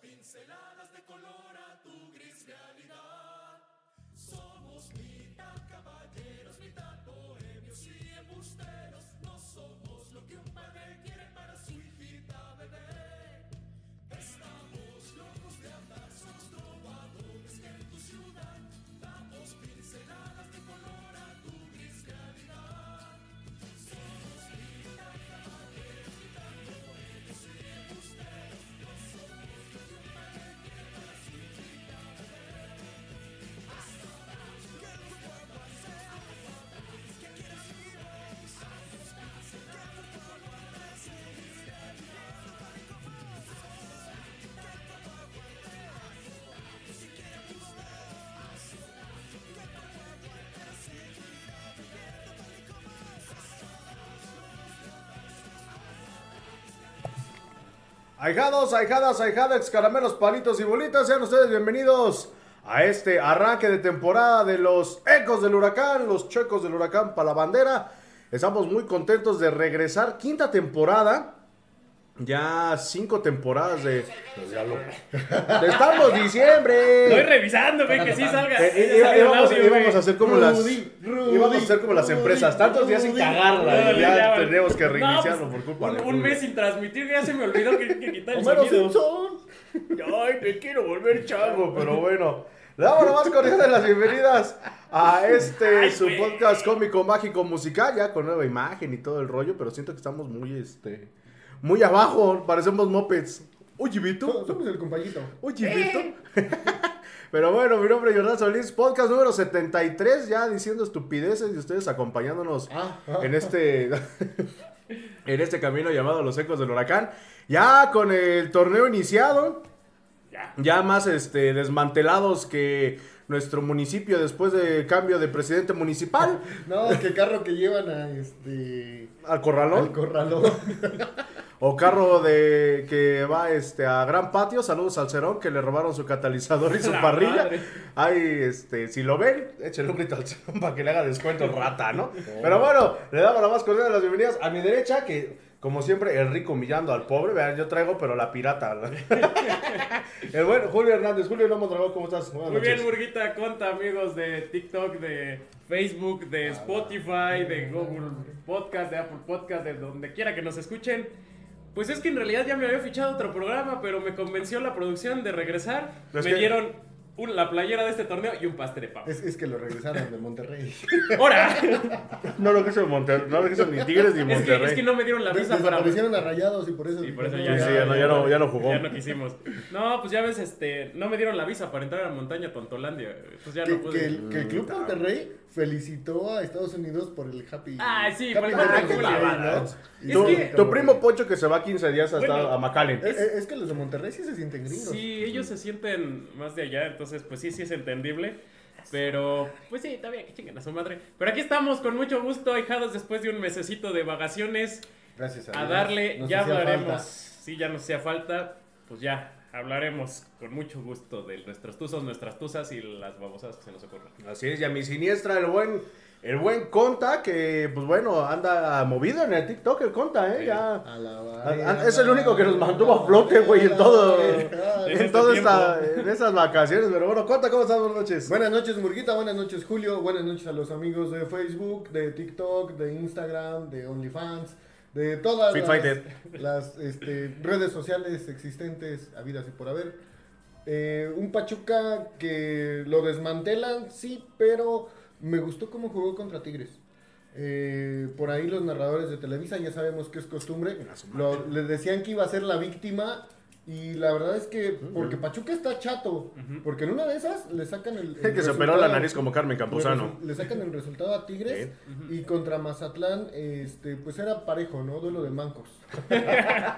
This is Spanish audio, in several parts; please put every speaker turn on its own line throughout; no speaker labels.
Pinceladas de color a tu gris realidad. Somos mitad caballeros, mitad bohemios y embusteros. No somos lo que un padre quiere para su hijita bebé. Estamos locos de andar, somos trovadores que en tu ciudad damos pinceladas de color a tu gris realidad. Somos mitad caballeros, mitad bohemios y embusteros. No somos lo que un padre quiere para su hijita bebé. Que el fútbol lo hace, que quiera vivir, que el fútbol lo hace, que el fútbol vuelve, si quiere volver, que el fútbol vuelve a seguir viviendo tal y como
Ahijados, ahijadas, ahijadas, caramelos, palitos y bolitas, sean ustedes bienvenidos a este arranque de temporada de los ecos del huracán, los chuecos del huracán para la bandera. Estamos muy contentos de regresar, quinta temporada, ya cinco temporadas de... pues ya lo- ¡Te estamos
Estoy
diciembre!
revisando, güey, que sí salga.
Eh, eh,
sí salga el
íbamos,
audio,
íbamos
güey.
a hacer como las
Rudy, Rudy,
íbamos a hacer como las
Rudy,
empresas tantos días sin
Rudy.
cagarla y
Dale,
ya
güey.
tenemos que
No,
reiniciarlo
pues,
por culpa
un,
de
un
Rudy.
mes sin transmitir, ya se me olvidó que, que quitar el
Homero
sonido.
Simpson. Ay, te quiero volver chango, pero bueno. Le damos la más cordial de las bienvenidas a este
Ay,
su
güey.
podcast cómico, mágico, musical, ya con nueva imagen y todo el rollo, pero siento que estamos muy este muy abajo, parecemos mopeds. Oye, Vito.
Somos el compañito.
Oye,
Eh.
Vito. Pero bueno, mi nombre es Jordan Solís, podcast número 73, ya diciendo estupideces y ustedes acompañándonos
Ah, ah.
en este en este camino llamado Los Ecos del Huracán. Ya con el torneo iniciado,
Ya.
ya más este desmantelados que nuestro municipio después del cambio de presidente municipal
No, que carro que llevan a este.
al corralón
Al corralón.
o carro de que va este a Gran Patio, saludos al Cerón que le robaron su catalizador y su
La
parrilla.
madre.
Ahí este, si lo ven, échale un grito al Cerón para que le haga descuento rata, ¿no? Pero bueno, le damos la más cordial de las bienvenidas a mi derecha que como siempre el rico humillando al pobre, vean, yo traigo pero la pirata. el bueno Julio Hernández, Julio Lomo Dragón, ¿cómo estás? Buenas
Muy bien,
noches.
Burguita, conta amigos de TikTok, de Facebook,
Ah,
de Spotify, de Google Podcast, de Apple Podcast, de donde quiera que nos escuchen. Pues es que en realidad ya me había fichado otro programa, pero me convenció la producción de regresar.
Pero es
me
Pues que-
dieron un- la playera de este torneo y un pastel de pavo.
Es, es que lo regresaron de Monterrey.
¡Hora!
No lo quiso Monterrey, no lo quiso ni Tigres ni
es, que,
Monterrey.
es que no me dieron la visa para
Desaparecieron a rayados y por eso.
Sí, por eso
Sí, sí, ya no- ya no- ya no jugó.
Ya no quisimos. No, pues ya ves, este, no me dieron la visa para entrar a Montaña Tontolandia. Pues ya no
Que,
pude.
que el, que el Club
Ah.
Monterrey felicitó a Estados Unidos por el Happy.
Ah, sí,
happy
por el cuatro de
Monterrey,
julio.
Babadas.
¿no?
Tu,
Es que-
tu primo Pocho que se va 15 días hasta
Bueno,
a McAllen.
Es, es- es que los de Monterrey sí se sienten gringos. pues,
Sí, ellos se sienten más de allá, entonces pues sí, sí es entendible. Pero, pues sí, todavía que chinguen a su madre. Pero aquí estamos con mucho gusto, ahijados, después de un mesecito de vagaciones.
Gracias
A darle,
Nos
ya
hacía
hablaremos.
falta.
Sí, ya nos hacía falta. Pues ya, hablaremos con mucho gusto de nuestros tuzos, nuestras tuzas y las babosas que se nos ocurran.
Así es, y a mi siniestra el buen, el buen Conta, que pues bueno, anda movido en el TikTok el Conta, eh,
Sí.
ya.
A la
A-
vara.
a- Es el único que nos mantuvo a flote, güey, en todo,
En este
en toda esta, en esas vacaciones. Pero bueno, Conta, ¿cómo estás? Buenas noches.
Buenas noches, Murguita. Buenas noches, Julio. Buenas noches a los amigos de Facebook, de TikTok, de Instagram, de OnlyFans, de todas
Fit
las,
Fighter.
las, este, redes sociales existentes, habidas y por haber. Eh, un Pachuca que lo desmantelan, sí, pero me gustó cómo jugó contra Tigres. Eh, por ahí los narradores de Televisa, ya sabemos que es costumbre, lo- les decían que iba a ser la víctima y la verdad es que porque Pachuca está chato, porque en una de esas le sacan el... el
que se operó la
resultado.
nariz como Carmen Campuzano.
Le sacan el resultado a Tigres y contra Mazatlán, este, pues era parejo, ¿no? Duelo de mancos.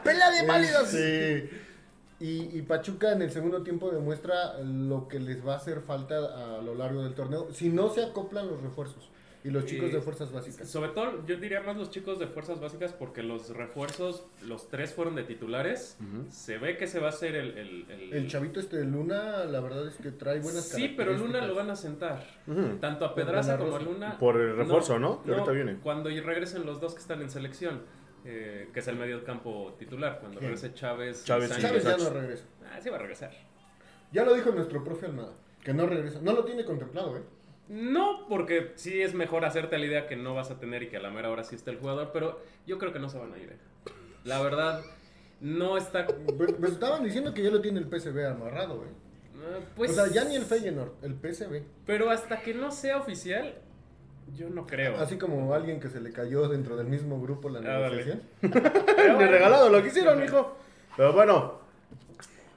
¡Pela de
Este, y, y Pachuca en el segundo tiempo demuestra lo que les va a hacer falta a lo largo del torneo si no se acoplan los refuerzos y los chicos
Sí.
de fuerzas básicas.
Sobre todo, yo diría más los chicos de fuerzas básicas porque los refuerzos, los tres fueron de titulares. Se ve que se va a hacer el. El, el-
El chavito este de Luna, la verdad es que trae buenas
Sí, pero Luna lo van a sentar. Tanto a Pedraza
Por
como a
Luna
Luna.
Por el refuerzo, ¿no? Que
no,
ahorita viene.
Cuando y regresen los dos que están en selección. eh, que es el medio campo titular. Cuando
¿Quién?
regrese Chávez.
Chávez,
Sánchez-
Chávez ya no regresa.
Ah, sí va a regresar.
Ya lo dijo nuestro profe Almada, que no regresa. No lo tiene contemplado, ¿eh?
No, porque sí es mejor hacerte la idea que no vas a tener y que a la mera hora sí está el jugador, pero yo creo que no se van a ir. eh. La verdad, no está.
Pues, pues estaban diciendo que ya lo tiene el PSV amarrado, ¿eh?
eh, Pues,
o sea, ya ni el Feyenoord, el PSV.
Pero hasta que no sea oficial, yo no creo.
Así como alguien que se le cayó dentro del mismo grupo la
Ah, dale.
negociación.
Ni regalado lo que hicieron, hijo. Pero bueno,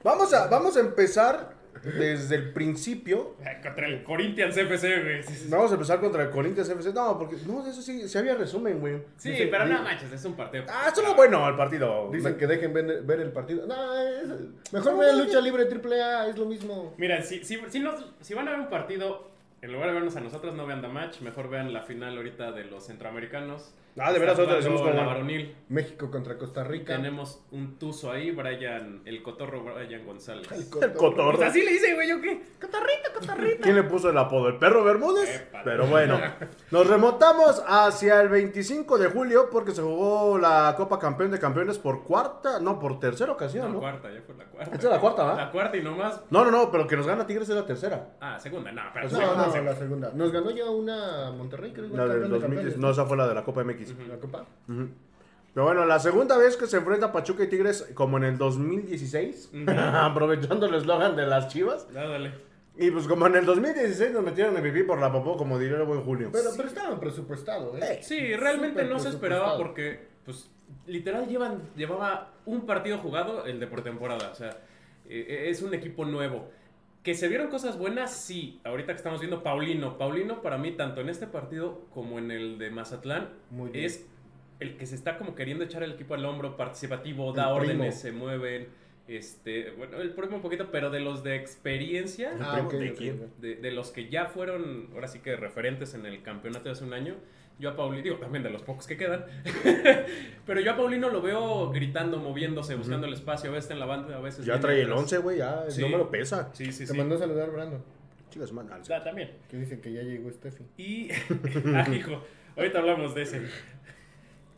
vamos a, vamos a empezar desde el principio.
Ah, Contra el Corinthians FC, güey. Sí, sí, sí.
Vamos a empezar contra el Corinthians FC. No, porque no, de eso sí, se había resumen, güey.
Sí,
Dice-
pero no
di-
manches, es un partido.
Ah, estuvo bueno el partido.
Dicen que dejen ver, ver el partido. No, es- mejor vean lucha libre triple A, es lo mismo.
Mira, si, si, si, nos- si van a ver un partido, en lugar de vernos a nosotros, no vean The Match. Mejor vean la final ahorita de los centroamericanos.
Ah, de veras,
Está
ahorita decimos
jugando
cómo
la
van.
varonil.
México contra Costa Rica.
Tenemos un tuzo ahí, Brian, el cotorro Brian González.
El
El
cotorro.
cotorro.
Pues así le dice, güey, ¿yo qué? Cotorrito, cotorrito.
¿Quién le puso el apodo? ¿El perro Bermúdez?
Epa.
Pero bueno, nos remontamos hacia el 25 de julio porque se jugó la Copa Campeón de Campeones por cuarta, no, por tercera ocasión,
La
¿no?
cuarta, ya fue la cuarta.
Esta es la cuarta, ¿ah? ¿va?
La cuarta y nomás.
No, no, no, pero que nos gana Tigres es la tercera.
Ah, segunda, no, pero
Pues
No,
Sí,
no,
sí.
la segunda. Nos ganó ya una Monterrey, creo.
La del 2010. No,
No.
esa fue la de la Copa MX.
La copa.
Pero bueno, la segunda vez que se enfrenta Pachuca y Tigres, como en el 2016, aprovechando el eslogan de las chivas.
Ah, dale.
Y pues como en el 2016 nos metieron el pipí por la popó, como diría el buen Julio.
Pero, pero estaban presupuestados, ¿eh?
Sí, realmente
Súper
no se esperaba
presupuestado.
porque, pues, literal llevan, llevaba un partido jugado, el de por temporada. O sea, eh, eh, es un equipo nuevo. Que se vieron cosas buenas, sí. Ahorita que estamos viendo Paulino. Paulino, para mí, tanto en este partido como en el de Mazatlán,
Muy bien.
es el que se está como queriendo echar el equipo al hombro, participativo, da
primo.
órdenes, se mueven. Este, bueno, el primo un poquito, pero de los de experiencia,
Ah, ok,
¿De
ok,
quién?
ok.
de, de los que ya fueron, ahora sí que referentes en el campeonato de hace un año, yo a Paulino, digo también de los pocos que quedan, pero yo a Paulino lo veo gritando, moviéndose, buscando el espacio, a veces está en la banda, a veces.
Ya
viene
trae el
atrás.
11, güey, ya
Pues Sí.
no me lo pesa.
Sí, sí,
Te
sí.
mandó a saludar Brando,
Chicas, man, al-
Ah, también.
que dice que ya llegó Steffi.
Y. ah, hijo, ahorita hablamos de ese.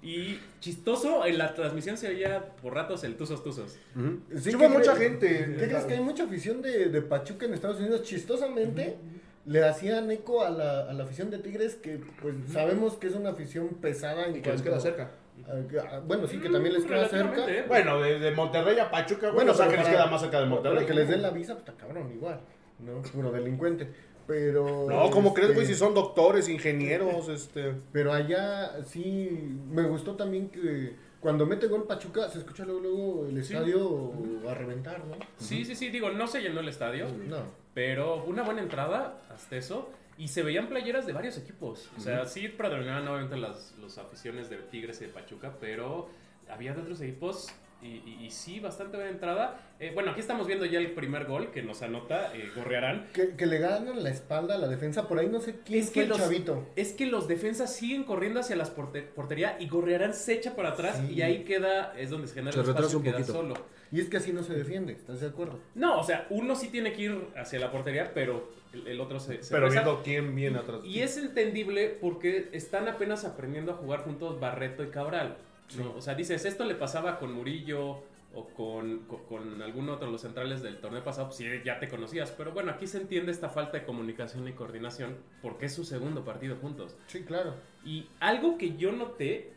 Y chistoso, en la transmisión se veía por ratos el tuzos tuzos.
Ujú. Sí,
Sí, ¿qué
fue
cre-
mucha gente.
¿Qué crees que hay mucha afición de, de Pachuca en Estados Unidos? Chistosamente le hacían eco a la, a la afición de Tigres que pues sabemos que es una afición pesada en
Y que les queda
cuanto-
cerca. Mm,
a- que- a- bueno, sí, que también les queda cerca.
Relativamente, ¿eh?
Bueno, de, de Monterrey a Pachuca, güey,
Bueno,
o sea, que
pero
les
para-
queda más cerca de Monterrey.
Pero que les den la visa, pues está cabrón, igual. No, puro delincuente. Pero.
No, como
este,
crees, güey, si son doctores, ingenieros, este...
Pero allá sí me gustó también que cuando mete gol Pachuca se escucha luego, luego el
Sí.
estadio a reventar, ¿no?
Sí, sí, sí, digo, no se llenó el estadio,
No.
pero una buena entrada, hasta eso. Y se veían playeras de varios equipos. O sea, sí predominaban obviamente las los aficiones de Tigres y de Pachuca, pero había de otros equipos y, y- y sí, bastante buena entrada. Eh, bueno, aquí estamos viendo ya el primer gol que nos anota eh, Gorrearán.
Que, que le ganan la espalda a la defensa, por ahí no sé quién
Es
fue
que
el
los-
chavito.
Es que los defensas siguen corriendo hacia las porte- portería y Gorrearán se echa para atrás
Sí.
y ahí queda, es donde se genera
Se
el
retrasa
espacio y
un
queda
poquito.
solo.
Y es que así no se defiende, ¿estás de acuerdo?
No, o sea, uno sí tiene que ir hacia la portería, pero el, el otro se, se
Pero
reza.
viendo quién viene atrás.
Y es entendible porque están apenas aprendiendo a jugar juntos Barreto y Cabral. ¿no? O sea, dices, esto le pasaba con Murillo o con, con, con algún otro de los centrales del torneo pasado, pues sí, ya te conocías. Pero bueno, aquí se entiende esta falta de comunicación y coordinación porque es su segundo partido juntos.
Sí, claro.
Y algo que yo noté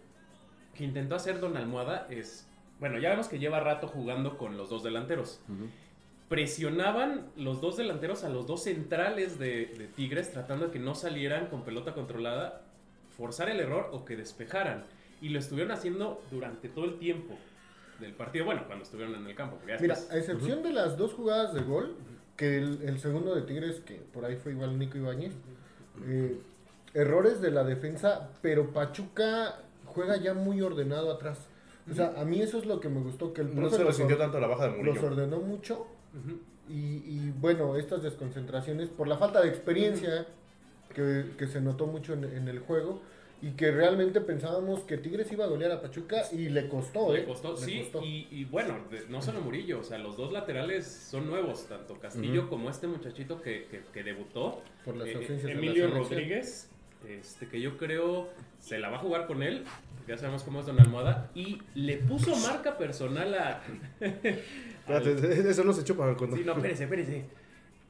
que intentó hacer Don Almohada es, bueno, ya vemos que lleva rato jugando con los dos delanteros. Presionaban los dos delanteros a los dos centrales de, de Tigres tratando de que no salieran con pelota controlada, forzar el error o que despejaran. Y lo estuvieron haciendo durante todo el tiempo del partido, bueno, cuando estuvieron en el campo. porque ya
Mira,
después-
a excepción de las dos jugadas de gol, que el, el segundo de Tigres, que por ahí fue igual Nico Ibáñez, eh, errores de la defensa, pero Pachuca juega ya muy ordenado atrás. O sea, a mí eso es lo que me gustó, que el
No
profe
se
los
resintió
or-
tanto la baja de
los
Murillo.
ordenó mucho y, y, bueno, estas desconcentraciones por la falta de experiencia que, que se notó mucho en, en el juego y que realmente pensábamos que Tigres iba a golear a Pachuca y le costó, ¿eh?
Le costó,
Le
sí,
costó.
Y, y bueno, de- no solo Murillo, o sea, los dos laterales son nuevos, tanto Castillo como este muchachito que, que- que debutó,
por las
eh,
ausencias de la
Emilio
selección.
Rodríguez, este, que yo creo se la va a jugar con él, ya sabemos cómo es Don Almohada, y le puso marca personal a...
Espérate, eso no se chupa cuando.
Sí, no, espérese, espérese.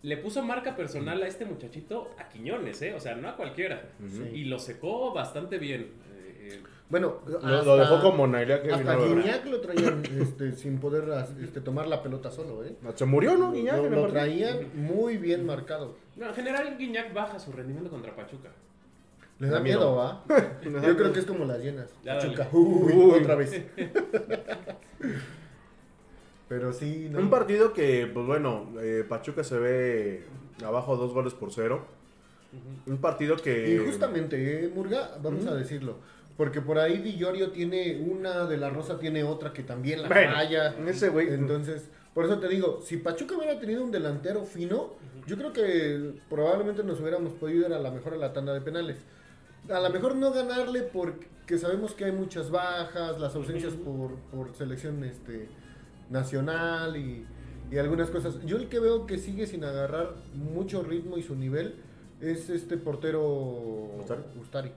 Le puso marca personal a este muchachito a Quiñones, ¿eh? O sea, no a cualquiera. Y lo secó bastante bien. Eh, eh,
Bueno,
Lo, lo dejó
hasta-
como Nailea que
Hasta
vino, ¿verdad?
Guiñac lo traían este, sin poder as- este, tomar la pelota solo, ¿eh?
Se murió, ¿no? Guiñac
Lo,
en el
lo
partido.
traían muy bien marcado.
No, en general Guiñac baja su rendimiento contra Pachuca.
Le da
Da
miedo,
miedo.
¿va?
Le da
Yo creo
miedo.
que es como las llenas.
Ya, dale.
Uy,
Uy.
otra vez. Pero sí, no.
Un partido que, pues bueno, eh, Pachuca se ve abajo dos goles por cero. Un partido que.
Y justamente, eh, Murga, vamos a decirlo. Porque por ahí Di Llorio tiene una, De La Rosa tiene otra que también la
Bueno,
falla.
ese güey-
Entonces, por eso te digo, si Pachuca hubiera tenido un delantero fino, yo creo que probablemente nos hubiéramos podido ir a la mejor a la tanda de penales. A lo mejor no ganarle porque sabemos que hay muchas bajas, las ausencias por, por selección este, nacional y, y algunas cosas. Yo el que veo que sigue sin agarrar mucho ritmo y su nivel es este portero
Ustari.
Ustari.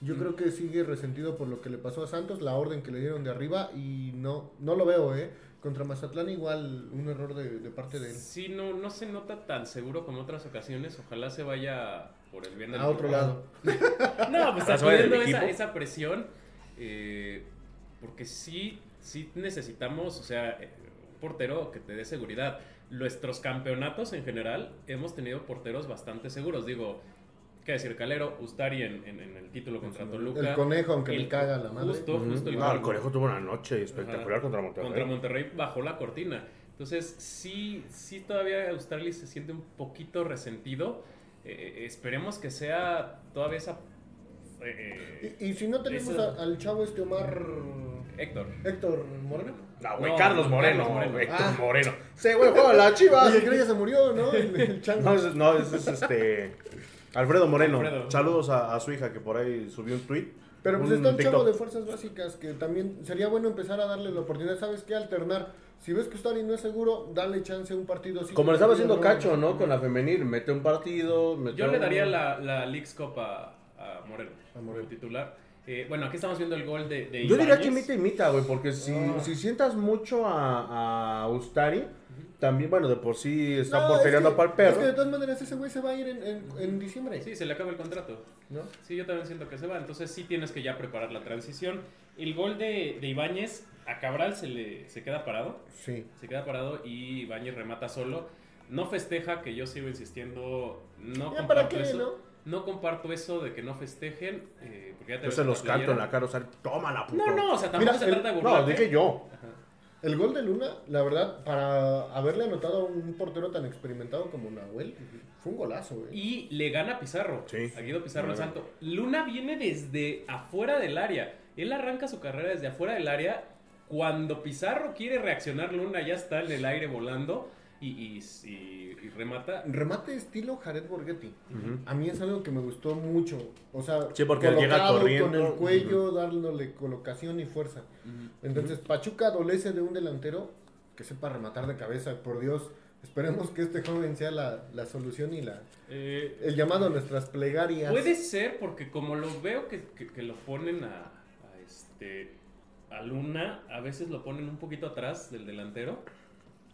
Yo creo que sigue resentido por lo que le pasó a Santos, la orden que le dieron de arriba y no, no lo veo, ¿eh? Contra Mazatlán igual un error de, de parte de él.
Sí, no, no se nota tan seguro como en otras ocasiones. Ojalá se vaya por el bien del
A otro
equipo.
lado.
No, pues
Ah, se vaya del
sacudiendo esa,
equipo.
esa presión. eh, porque sí, sí necesitamos, o sea, eh, un portero que te dé seguridad. Nuestros campeonatos en general hemos tenido porteros bastante seguros. Digo, qué decir, Calero, Ustari en, en- en el título contra Toluca.
El conejo, aunque
El-
le caga la madre.
Justo, justo.
Ujú. Ah,
el
el
Marco.
conejo tuvo una noche espectacular
Ajá.
contra Monterrey.
Contra Monterrey bajo la cortina. Entonces, sí, sí todavía Australia se siente un poquito resentido. Eh, eh, esperemos que sea todavía esa... eh, eh,
Y, y si no tenemos
Eso-
a- al chavo este Omar
Héctor.
Héctor Moreno.
No, güey,
No,
Carlos
no,
Moreno.
Carlos Moreno.
güey, Héctor
Ah.
Moreno. Se güey juega a la
Ah,
chivas.
creo que ya se murió, ¿no? El, el chango.
No, ese- no, ese es este. Alfredo Moreno.
Alfredo.
Saludos a, a su hija que por ahí subió un tweet.
Pero pues
un
está el chavo
TikTok.
de fuerzas básicas que también sería bueno empezar a darle la oportunidad, ¿sabes qué? Alternar. Si ves que Ustari no es seguro, dale chance a un partido así.
Como le estaba haciendo Cacho, ¿no? Con la femenil, mete un partido. mete
Yo le
un-
daría la, la Leagues Cup a, a Moreno,
A Moreno.
como titular. Eh, bueno, aquí estamos viendo el gol de, de
Yo diría
Ibáñez.
que imita, imita, güey, porque si, si sientas mucho a, a Ustari, también, bueno, de por sí está
No,
porteriando
es que-
para el perro.
Es que de todas maneras ese güey se va a ir en, en- en diciembre.
Sí, se le acaba el contrato.
¿no?
Sí, yo también siento que se va. Entonces sí tienes que ya preparar la transición. El gol de, de Ibáñez a Cabral se le se queda parado.
Sí.
Se queda parado y Ibáñez remata solo. No festeja, que yo sigo insistiendo. No
Ya,
comparto
¿para qué,
eso.
no?
No comparto eso de que no festejen. eh, porque ya te
Yo
ves
se
con la
los canto en
playera.
la cara. O sea, toma la puta.
No, no, o sea, tampoco
Mira,
se
el-
trata de burlar. ¿eh?
No, dije yo.
El gol de Luna, la verdad, para haberle anotado a un portero tan experimentado como Nahuel, fue un golazo, güey.
Y le gana a Pizarro.
Sí.
A Guido Pizarro
Bueno.
el salto. Luna viene desde afuera del área. Él arranca su carrera desde afuera del área. Cuando Pizarro quiere reaccionar, Luna ya está en el aire volando y, y- y- y remata.
Remate estilo Jared Borghetti. A mí es algo que me gustó mucho. O sea,
Sí, porque él llega
colocado
corriendo.
con el cuello, dándole colocación y fuerza. Entonces, Pachuca adolece de un delantero que sepa rematar de cabeza. Por Dios, esperemos que este joven sea la, la solución y la
Eh,
el llamado a nuestras plegarias.
puede ser porque como lo veo que, que- que lo ponen a, a este a Luna, a veces lo ponen un poquito atrás del delantero.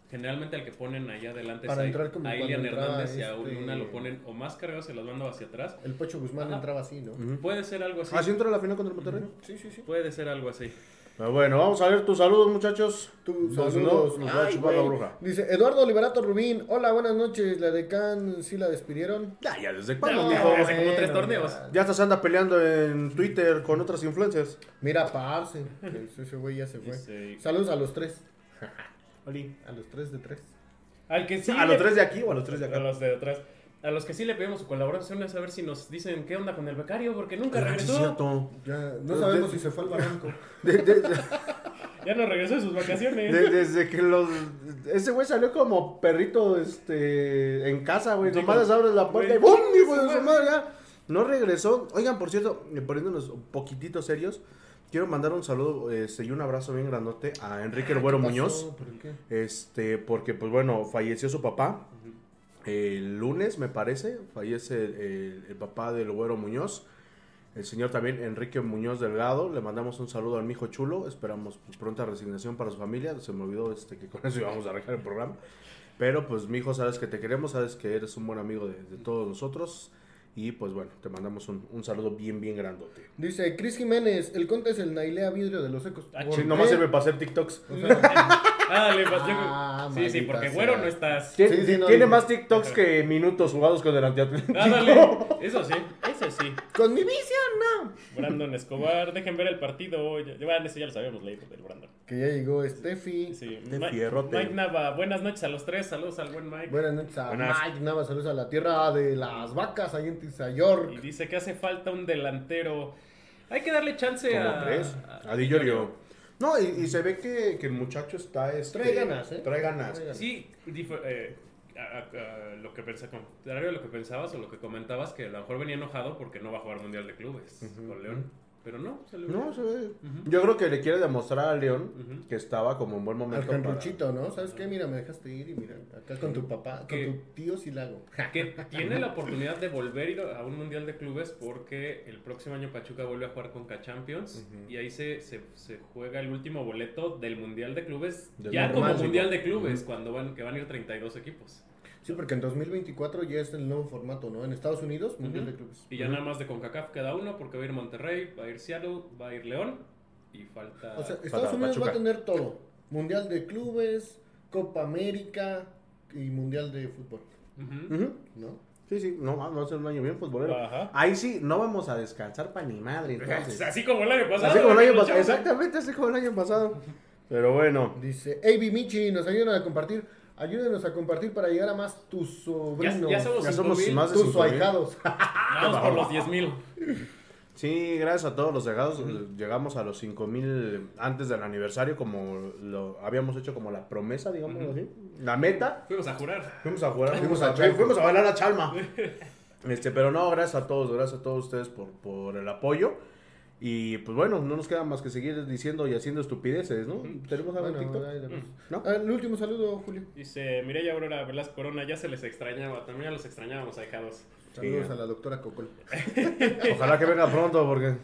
Generalmente al que ponen ahí adelante
Para
es a,
entrar como
a
cuando
Ilian
entraba
Hernández y a
este-
Luna lo ponen o más cargados se los mando hacia atrás.
El Pocho Guzmán
Ajá.
entraba así, ¿no?
Puede ser algo así.
¿Así Ah, entró la final contra el Monterrey?
Sí, sí, sí.
Puede ser algo así.
Pero bueno, vamos a ver tus saludos, muchachos.
Tú,
Pues
saludos.
no, nos va a
Ay,
chupar la
güey.
bruja.
Dice Eduardo Liberato Rubín. Hola, buenas noches. La de Can, ¿sí la despidieron?
Ya, ya, desde
Ya,
cuándo,
no,
mijo?
ya, hace como tres
bueno,
torneos.
ya.
Ya hasta se anda peleando en Twitter con otras influencers.
Mira, parce. Pues Ese güey ya se fue.
Dice-
Saludos a los tres. A los tres de tres.
Al que sí
¿A
le-
los tres de aquí o a los tres de
A
acá?
los de atrás. A los que sí le pedimos su colaboración es a ver si nos dicen qué onda con el becario, porque nunca
Ah, sí, es
regresó.
cierto.
Ya, no sabemos si se fue al barranco.
De- de-
ya no regresó de sus vacaciones.
de- desde que los. Ese güey salió como perrito este, en casa, güey.
Sí,
Nomás
con-
les abres la puerta y
güey.
¡bum! Hijo de su madre, ya. No regresó. Oigan, por cierto, eh, poniéndonos un poquitito serios, quiero mandar un saludo este, y un abrazo bien grandote a Enrique el Güero
Ah, ¿Qué pasó?
Muñoz.
¿Por qué?
Este, porque, pues bueno, falleció su papá. El lunes, me parece, fallece el, el- el papá del Güero Muñoz. El señor también, Enrique Muñoz Delgado, le mandamos un saludo al mijo chulo, esperamos pues, pronta resignación para su familia, se me olvidó este, que con eso íbamos a arrancar el programa, pero pues mijo, sabes que te queremos, sabes que eres un buen amigo de, de todos nosotros, y pues bueno, te mandamos un, un saludo bien, bien grandote.
Dice Cris Jiménez, el conte es el Nailea vidrio de los ecos.
Ah,
¿Por
Sí,
ching,
nomás
qué?
sirve para hacer TikToks.
O sea,
Ah, le pasó.
Ah,
sí, sí,
maldita
porque
sea.
güero no estás.
Tien-
Sí, sí, no,
tiene
no.
más TikToks que minutos jugados con el antiatlántico.
Ándale. Ah, Eso sí, eso sí.
Con mi vicio, no.
Brandon Escobar, dejen ver el partido. Ya- Bueno, eso ya lo sabíamos leído del Brandon.
Que ya llegó Steffi.
Sí,
De
Ma-
fierrote.
Mike Nava, buenas noches a los tres. Saludos al buen Mike.
Buenas noches a
Buenas.
Mike, nada más saludos a la tierra de las vacas, ahí en
Y
Tizayork.
dice que hace falta un delantero. Hay que darle chance
¿Cómo
a.
crees? A Di
Di
Llorio. No, y, y se ve que, que el muchacho está... este,
Trae ganas, ¿eh?
Trae ganas.
Sí, dif- eh, a- a- a lo que pensa- contrario a lo que pensabas o lo que comentabas, que a lo mejor venía enojado porque no va a jugar Mundial de Clubes con León. Pero no, se le-
No, se ve. Yo creo que le quiere demostrar a León
Ujú.
que estaba como en buen
Al
momento. para-
canruchito, ¿no? ¿Sabes qué? Mira, me dejaste ir y mira, acá con tu papá, con
¿Qué?
tu tío Silago.
que tiene la oportunidad de volver a ir a un Mundial de Clubes porque el próximo año Pachuca vuelve a jugar Conca Champions y ahí se, se- se juega el último boleto del Mundial de Clubes,
Del
ya como
normal, digo.
Mundial de Clubes, cuando van, que van a ir 32 equipos.
Sí, porque en 2024 ya es el nuevo formato, ¿no? En Estados Unidos, Mundial
Ujú.
de Clubes.
Y ya nada más de CONCACAF cada uno porque va a ir Monterrey, va a ir Seattle, va a ir León y falta...
O sea, Estados
Para
Unidos va
Pachuca.
a tener todo. Mundial de Clubes, Copa América y Mundial de Fútbol,
Ujú.
Ujú.
¿no?
Sí, sí, no, va a ser un año bien futbolero.
Ajá.
Ahí sí, no vamos a descansar para ni madre, entonces.
Así como el año pasado.
Así como el año
¿no?
pasado, exactamente, así como el año pasado. Pero bueno,
Dice, AB Michi, nos ayudan a compartir. Ayúdenos a compartir para llegar a más tus
Ya,
sobrinos.
ya somos,
ya somos
cinco mil,
más de
tus
5,000.
ahijados.
Vamos
Ah,
por los 10 mil.
Sí, gracias a todos los llegados. eh, Llegamos a los 5000 antes del aniversario, como lo habíamos hecho como la promesa, digamos así. La meta.
Fuimos a jurar.
Fuimos a jugar, fuimos,
Fuimos
a,
a Chalco.
fuimos a bailar a Chalma. Este, pero no, gracias a todos, gracias a todos ustedes por, por el apoyo. Y pues bueno, no nos queda más que seguir diciendo y haciendo estupideces, ¿no? Tenemos algo en
Bueno,
TikTok.
ahí la ves.
¿No?
Ah, El último saludo, Julio.
Dice Mireya Aurora Velasco Corona, ya se les extrañaba, también ya los extrañábamos ahijados.
Saludos
Sí.
a la doctora Cocol.
Ojalá que venga pronto porque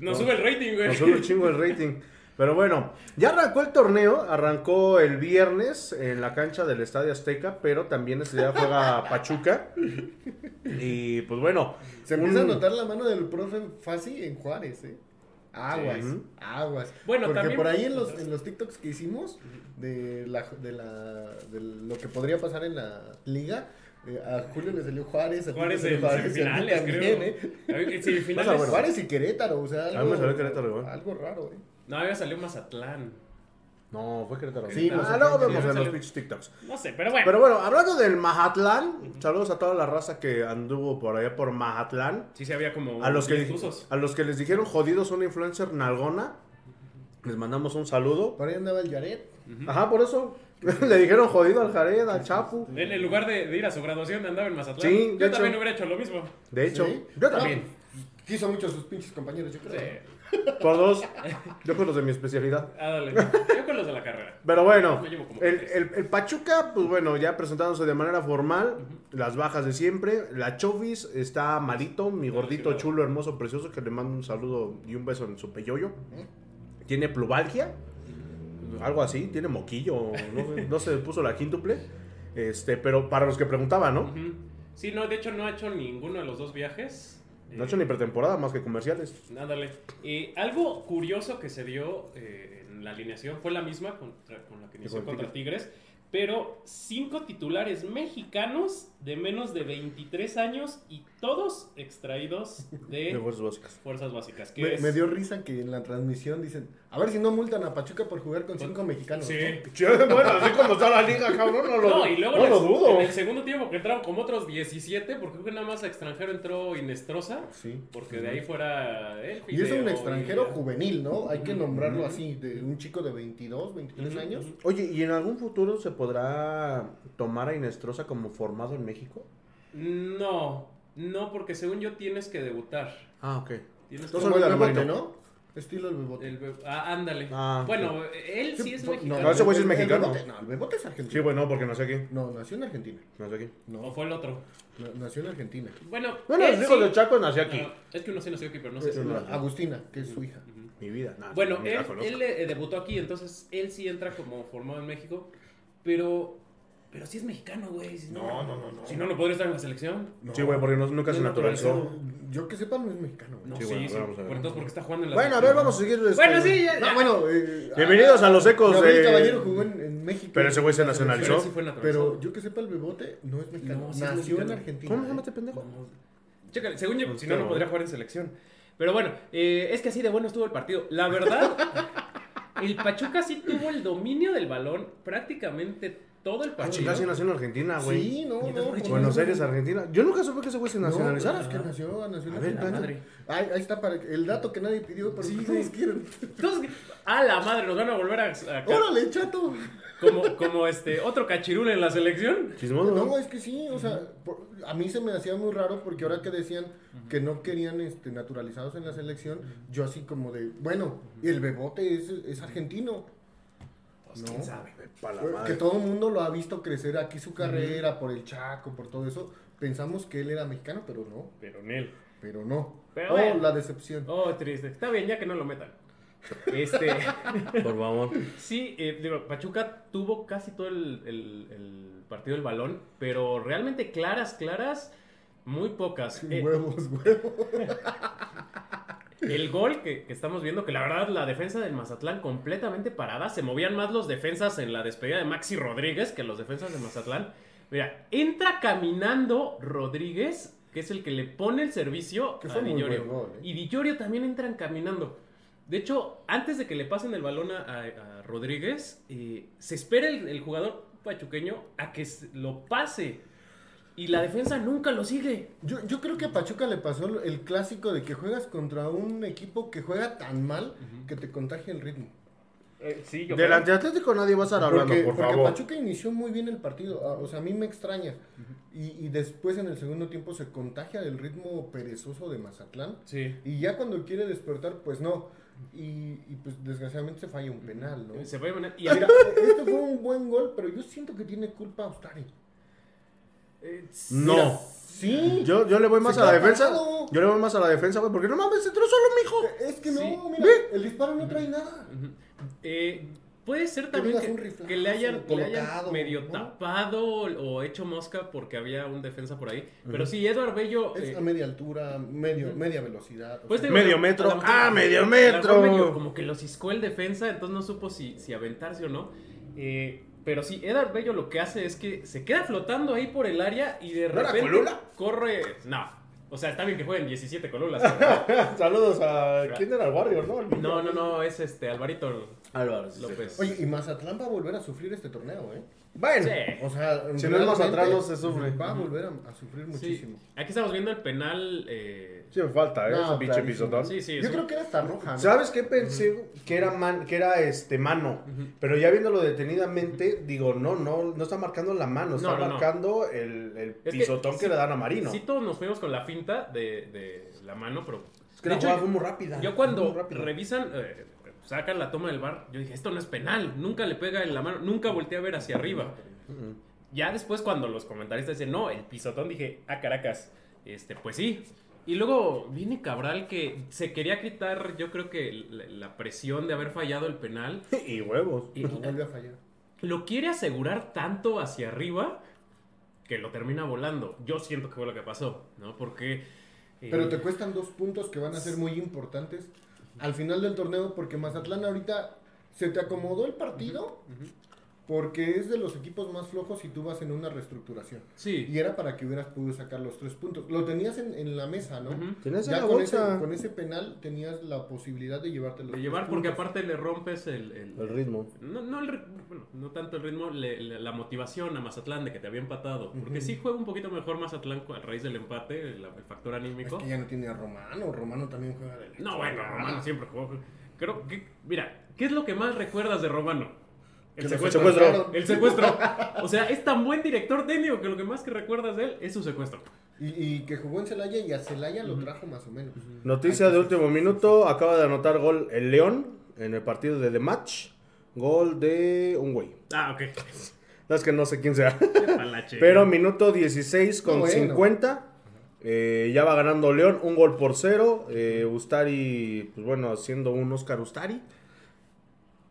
Nos sube el rating, güey.
nos sube un chingo el rating. Pero bueno, ya arrancó el torneo, arrancó el viernes en la cancha del Estadio Azteca, pero también ese día juega Pachuca. Y pues bueno,
Se empieza
un-
a notar la mano del profe Fasi en Juárez, ¿eh? Aguas,
Sí.
aguas.
Bueno,
Porque
también-
por ahí en los, en los TikToks que hicimos de, la, de, la, de lo que podría pasar en la liga, eh, a Julio le salió Juárez, a Julio
Juárez
le salió
en semifinales,
y a mí
creo.
¿eh?
En semifinales.
Pasa, bueno.
Juárez y Querétaro, o sea,
mí me
algo,
salió Querétaro, ¿eh?
algo raro, ¿eh?
No, había salido Mazatlán.
No, fue Querétaro.
Sí,
ah,
Mazatlán.
luego vemos
Sí,
en los
salió.
pinches TikToks.
No sé, pero bueno.
Pero bueno, hablando del Mazatlán, saludos a toda la raza que anduvo por allá por Mazatlán.
sí, se había como.
A los, que,
discursos.
a los que les dijeron jodidos una influencer nalgona, les mandamos un saludo.
Por ahí andaba el Yaret.
Ajá, por eso. Le dijeron jodido al Jared, al Chapu.
En el lugar de, de ir a su graduación andaba en Mazatlán.
Sí,
Yo
de
también
hecho.
hubiera hecho lo mismo.
De hecho,
¿sí?
yo también.
No, quiso mucho a sus pinches compañeros, yo creo.
Sí.
Por dos, yo con los de mi especialidad.
Ah, dale. Yo con los de la carrera.
Pero bueno,
Me llevo como
el,
tres.
el- el Pachuca, pues bueno, ya presentándose de manera formal, las bajas de siempre. La Chovis está malito, mi gordito,
Lesionado.
chulo, hermoso, precioso, que le mando un saludo y un beso en su peyoyo. Tiene pluvalgia, algo así, tiene moquillo, no, sé, no se puso la quíntuple. Este, pero para los que preguntaban, ¿no?
Ujú. Sí, no, de hecho no ha hecho ninguno de los dos viajes.
No ha
Eh,
hecho ni pretemporada más que comerciales.
Pues Ándale. Y algo curioso que se dio eh, en la alineación fue la misma contra- con la que inició
Con
contra Tigres, pero cinco titulares mexicanos de menos de 23 años y todos extraídos
De
de
fuerzas básicas.
fuerzas básicas. Que
Me,
es-
me dio risa que en la transmisión dicen, a ver si no multan a Pachuca por jugar con cinco mexicanos.
Sí.
¿no?
bueno, así como está la liga, cabrón, no lo,
No, y luego
no
en
lo
el-
dudo.
en el segundo tiempo que entraron como otros 17, porque creo que nada más a extranjero entró Inestrosa,
Sí.
porque de ahí fuera él.
Y es un
Fideo,
extranjero
y-
juvenil, ¿no? Hay que nombrarlo así, de un chico de 22, 23
Ujú,
años.
ujú.
Oye, ¿y en algún futuro se podrá tomar a Inestrosa como formado en México?
No, no, porque según yo tienes que debutar.
Ah, ok.
Tienes que
Entonces,
Como el
olvídalo,
rebote,
Marino.
¿no? Estilo el bebote.
El be- ah, ándale.
Ah,
bueno, él sí es mexicano.
no, ese güey sí es
el- el
mexicano.
Bebote, no, el bebote es argentino.
Sí, güey, no, porque nació aquí.
No, nació en Argentina.
Nació aquí.
O fue el otro.
Na- Nació en Argentina.
Bueno,
Bueno,
él
los hijos
sí-
de Chaco nació aquí.
Ah, es que uno sí nació aquí, pero no sé.
Eh,
si-
la- Agustina, que es su hija.
Mi vida. Nah,
Bueno,
ni la
él,
conozco.
él, eh, debutó aquí, entonces él sí entra como formado en México, pero pero sí es mexicano, güey. Si no, no, no, Si no, no podría estar en la selección.
Sí, güey, porque no- nunca
No
se naturalizó.
Eh, Yo que sepa no es mexicano. güey.
No,
Sí,
sí,
bueno,
sí.
vamos a ver.
Pero entonces, ¿por qué está jugando en la
Bueno, a ver,
selección?
vamos a seguir. este-
Bueno, sí, ya.
No,
ya.
bueno, eh,
Bienvenidos a los ecos
Gabriel
de-
Caballero jugó en, en México.
Pero ese güey se
Pero él
nacionalizó.
sí fue naturalizado.
Pero yo que sepa el bebote no es mexicano.
No, sí es
nació en
mexicano.
Argentina.
¿Cómo se llama
eh.
este pendejo?
Ah, Chécale, según yo, si no,
Pues Claro.
no podría jugar en selección. Pero bueno, eh, es que así de bueno estuvo el partido. La verdad, el Pachuca sí tuvo el dominio del balón prácticamente todo el
Ah,
partido.
chica, sí nació en Argentina, güey.
Sí, no,
Ni
no.
tan
pues,
Buenos
no,
Aires, Argentina. Yo nunca supe que ese güey se
no,
nacionalizara.
pues, es que nació, nació en
A ver,
Argentina.
planta.
Madre.
Ahí, ahí está para que- el dato que nadie pidió, pero
Sí,
que
güey.
todos quieren.
Entonces, a la madre, nos van a volver a. a-
¡Órale, chato!
como, como este otro cachirul en la selección.
Chismoso, ¿no?
No, es que sí, o sea, por- a mí se me hacía muy raro porque ahora que decían que no querían este, naturalizados en la selección, yo así como de, bueno, y el bebote es, es argentino.
Pues,
¿no?
Pa' la
Fue-
madre.
Que todo el mundo lo ha visto crecer aquí su carrera, por el Chaco, por todo eso. Pensamos que él era mexicano, pero no,
Pero Nel.
pero no.
Pero
oh,
bueno.
la decepción.
Oh, triste. Está bien, ya que no lo metan. Este.
Por favor.
Sí, eh, digo, Pachuca tuvo casi todo el, el- el partido del balón, pero realmente claras, claras, muy pocas. Eh,
Huevos, huevos.
el gol que, que estamos viendo, que la verdad la defensa del Mazatlán completamente parada, se movían más los defensas en la despedida de Maxi Rodríguez que los defensas de Mazatlán. Mira, entra caminando Rodríguez, que es el que le pone el servicio
Que
a
fue muy
Villorio.
buen gol, ¿eh?
Y Villorio también entran caminando. De hecho, antes de que le pasen el balón a, a- a Rodríguez, eh, se espera el, el jugador pachuqueño a que s- lo pase. Y la defensa nunca lo sigue.
Yo, yo creo que a Pachuca le pasó el- el clásico de que juegas contra un equipo que juega tan mal que te contagia el ritmo.
Eh, sí,
Del antiatlético nadie va a estar hablando,
Porque,
por
porque
favor.
Pachuca inició muy bien el partido. ah, O sea, a mí me extraña. Y, y después en el segundo tiempo se contagia del ritmo perezoso de Mazatlán.
Sí.
Y ya cuando quiere despertar, pues no. Y, y, pues desgraciadamente se falla un penal, ¿no?
Se puede poner- y
Mira, este fue un buen gol, pero yo siento que tiene culpa Austari.
Eh,
No.
Sí.
Yo, yo le voy más
Se
a la
queda
defensa.
parado.
Yo le voy más a la defensa, güey, porque no mames, se entró solo, mijo.
Es que no,
Sí.
mira, el disparo no trae nada.
eh, puede ser
Que
también
digas
que,
un riflazo,
que le hayan, que le hayan
colocado,
medio
¿no?
tapado o hecho mosca porque había un defensa por ahí. Pero sí, Eduard Bello. eh,
Es a media altura, medio, media velocidad. o
Pues
sea,
te digo,
Medio
a-
metro.
a lo mejor-
Ah, medio
a lo
metro.
mejor medio como que lo ciscó el defensa, entonces no supo si, si aventarse o no. Eh, pero sí, Edar Bello lo que hace es que se queda flotando ahí por el área y de
¿No era
repente
Colula?
corre. No. O sea, está bien que jueguen 17 colulas.
Saludos a. ¿Quién era el Warrior, no?
pero- No, no, no, es este Alvarito
Álvaro
López.
Oye, y Mazatlán va a volver a sufrir este torneo, ¿eh?
Bueno.
Sí.
O sea,
Si no es más
realmente
atrás, no se sufre.
Va a volver a, a sufrir muchísimo.
Sí. Aquí estamos viendo el penal. eh,
Sí, me falta, ¿eh?
No,
Ese pinche
clarísimo.
pisotón.
Sí, sí.
Yo
es
creo
un-
que era hasta roja. ¿no?
¿Sabes qué pensé? Que era man, que era este mano. Pero ya viéndolo detenidamente, digo, no, no, no está marcando la mano, está
No, no, no.
marcando el, el
Es que
pisotón que,
sí-
le dan a Marino.
Sí, todos nos fuimos con la finta de, de la mano, pero.
es que la
de hecho,
jugada fue muy rápida.
Yo
fue
cuando
muy rápida.
revisan, eh, sacan la toma del bar, yo dije, esto no es penal, nunca le pega en la mano, nunca volteé a ver hacia arriba. Ya después cuando los comentaristas dicen, no, el pisotón, dije, ah, caracas, este, pues sí. Y luego viene Cabral que se quería quitar, yo creo que la, la presión de haber fallado el penal.
y huevos.
Y
No vuelve a fallar.
lo quiere asegurar tanto hacia arriba que lo termina volando. Yo siento que fue lo que pasó, ¿no? Porque... eh,
Pero te cuestan dos puntos que van a ser muy importantes al final del torneo porque Mazatlán ahorita se te acomodó el partido porque es de los equipos más flojos y tú vas en una reestructuración.
Sí.
Y era para que hubieras podido sacar los tres puntos. Lo tenías en, en la mesa, ¿no?
Ujú.
Tenías en
Ya
la
con ese,
bolsa.
con ese penal tenías la posibilidad de llevarte
de
los tres
llevar porque
puntos.
aparte le rompes el, el-
El ritmo.
no, no, el ri- bueno, no tanto el ritmo, le- le- la motivación a Mazatlán de que te había empatado. Porque sí juega un poquito mejor Mazatlán cu- a raíz del empate, el, el factor
Es
anímico.
que ya no tiene a Romano. Romano también juega de
No, bueno, Romano siempre jugó. Creo que, mira, ¿qué es lo que más recuerdas de Romano? El
Que lo
secuestro.
secuestraron.
El secuestro. O sea, es tan buen director técnico que lo que más que recuerdas de él es su secuestro.
Y, y que jugó en Celaya y a Celaya lo trajo más o menos.
Noticia de último minuto, acaba de anotar gol el León en el partido de The Match. Gol de un güey.
Ah, ok.
No es que no sé quién sea.
Palache.
Pero minuto 16 con
Bueno.
50. eh, ya va ganando León, un gol por cero. Eh, Ustari, pues bueno, haciendo un Oscar Ustari.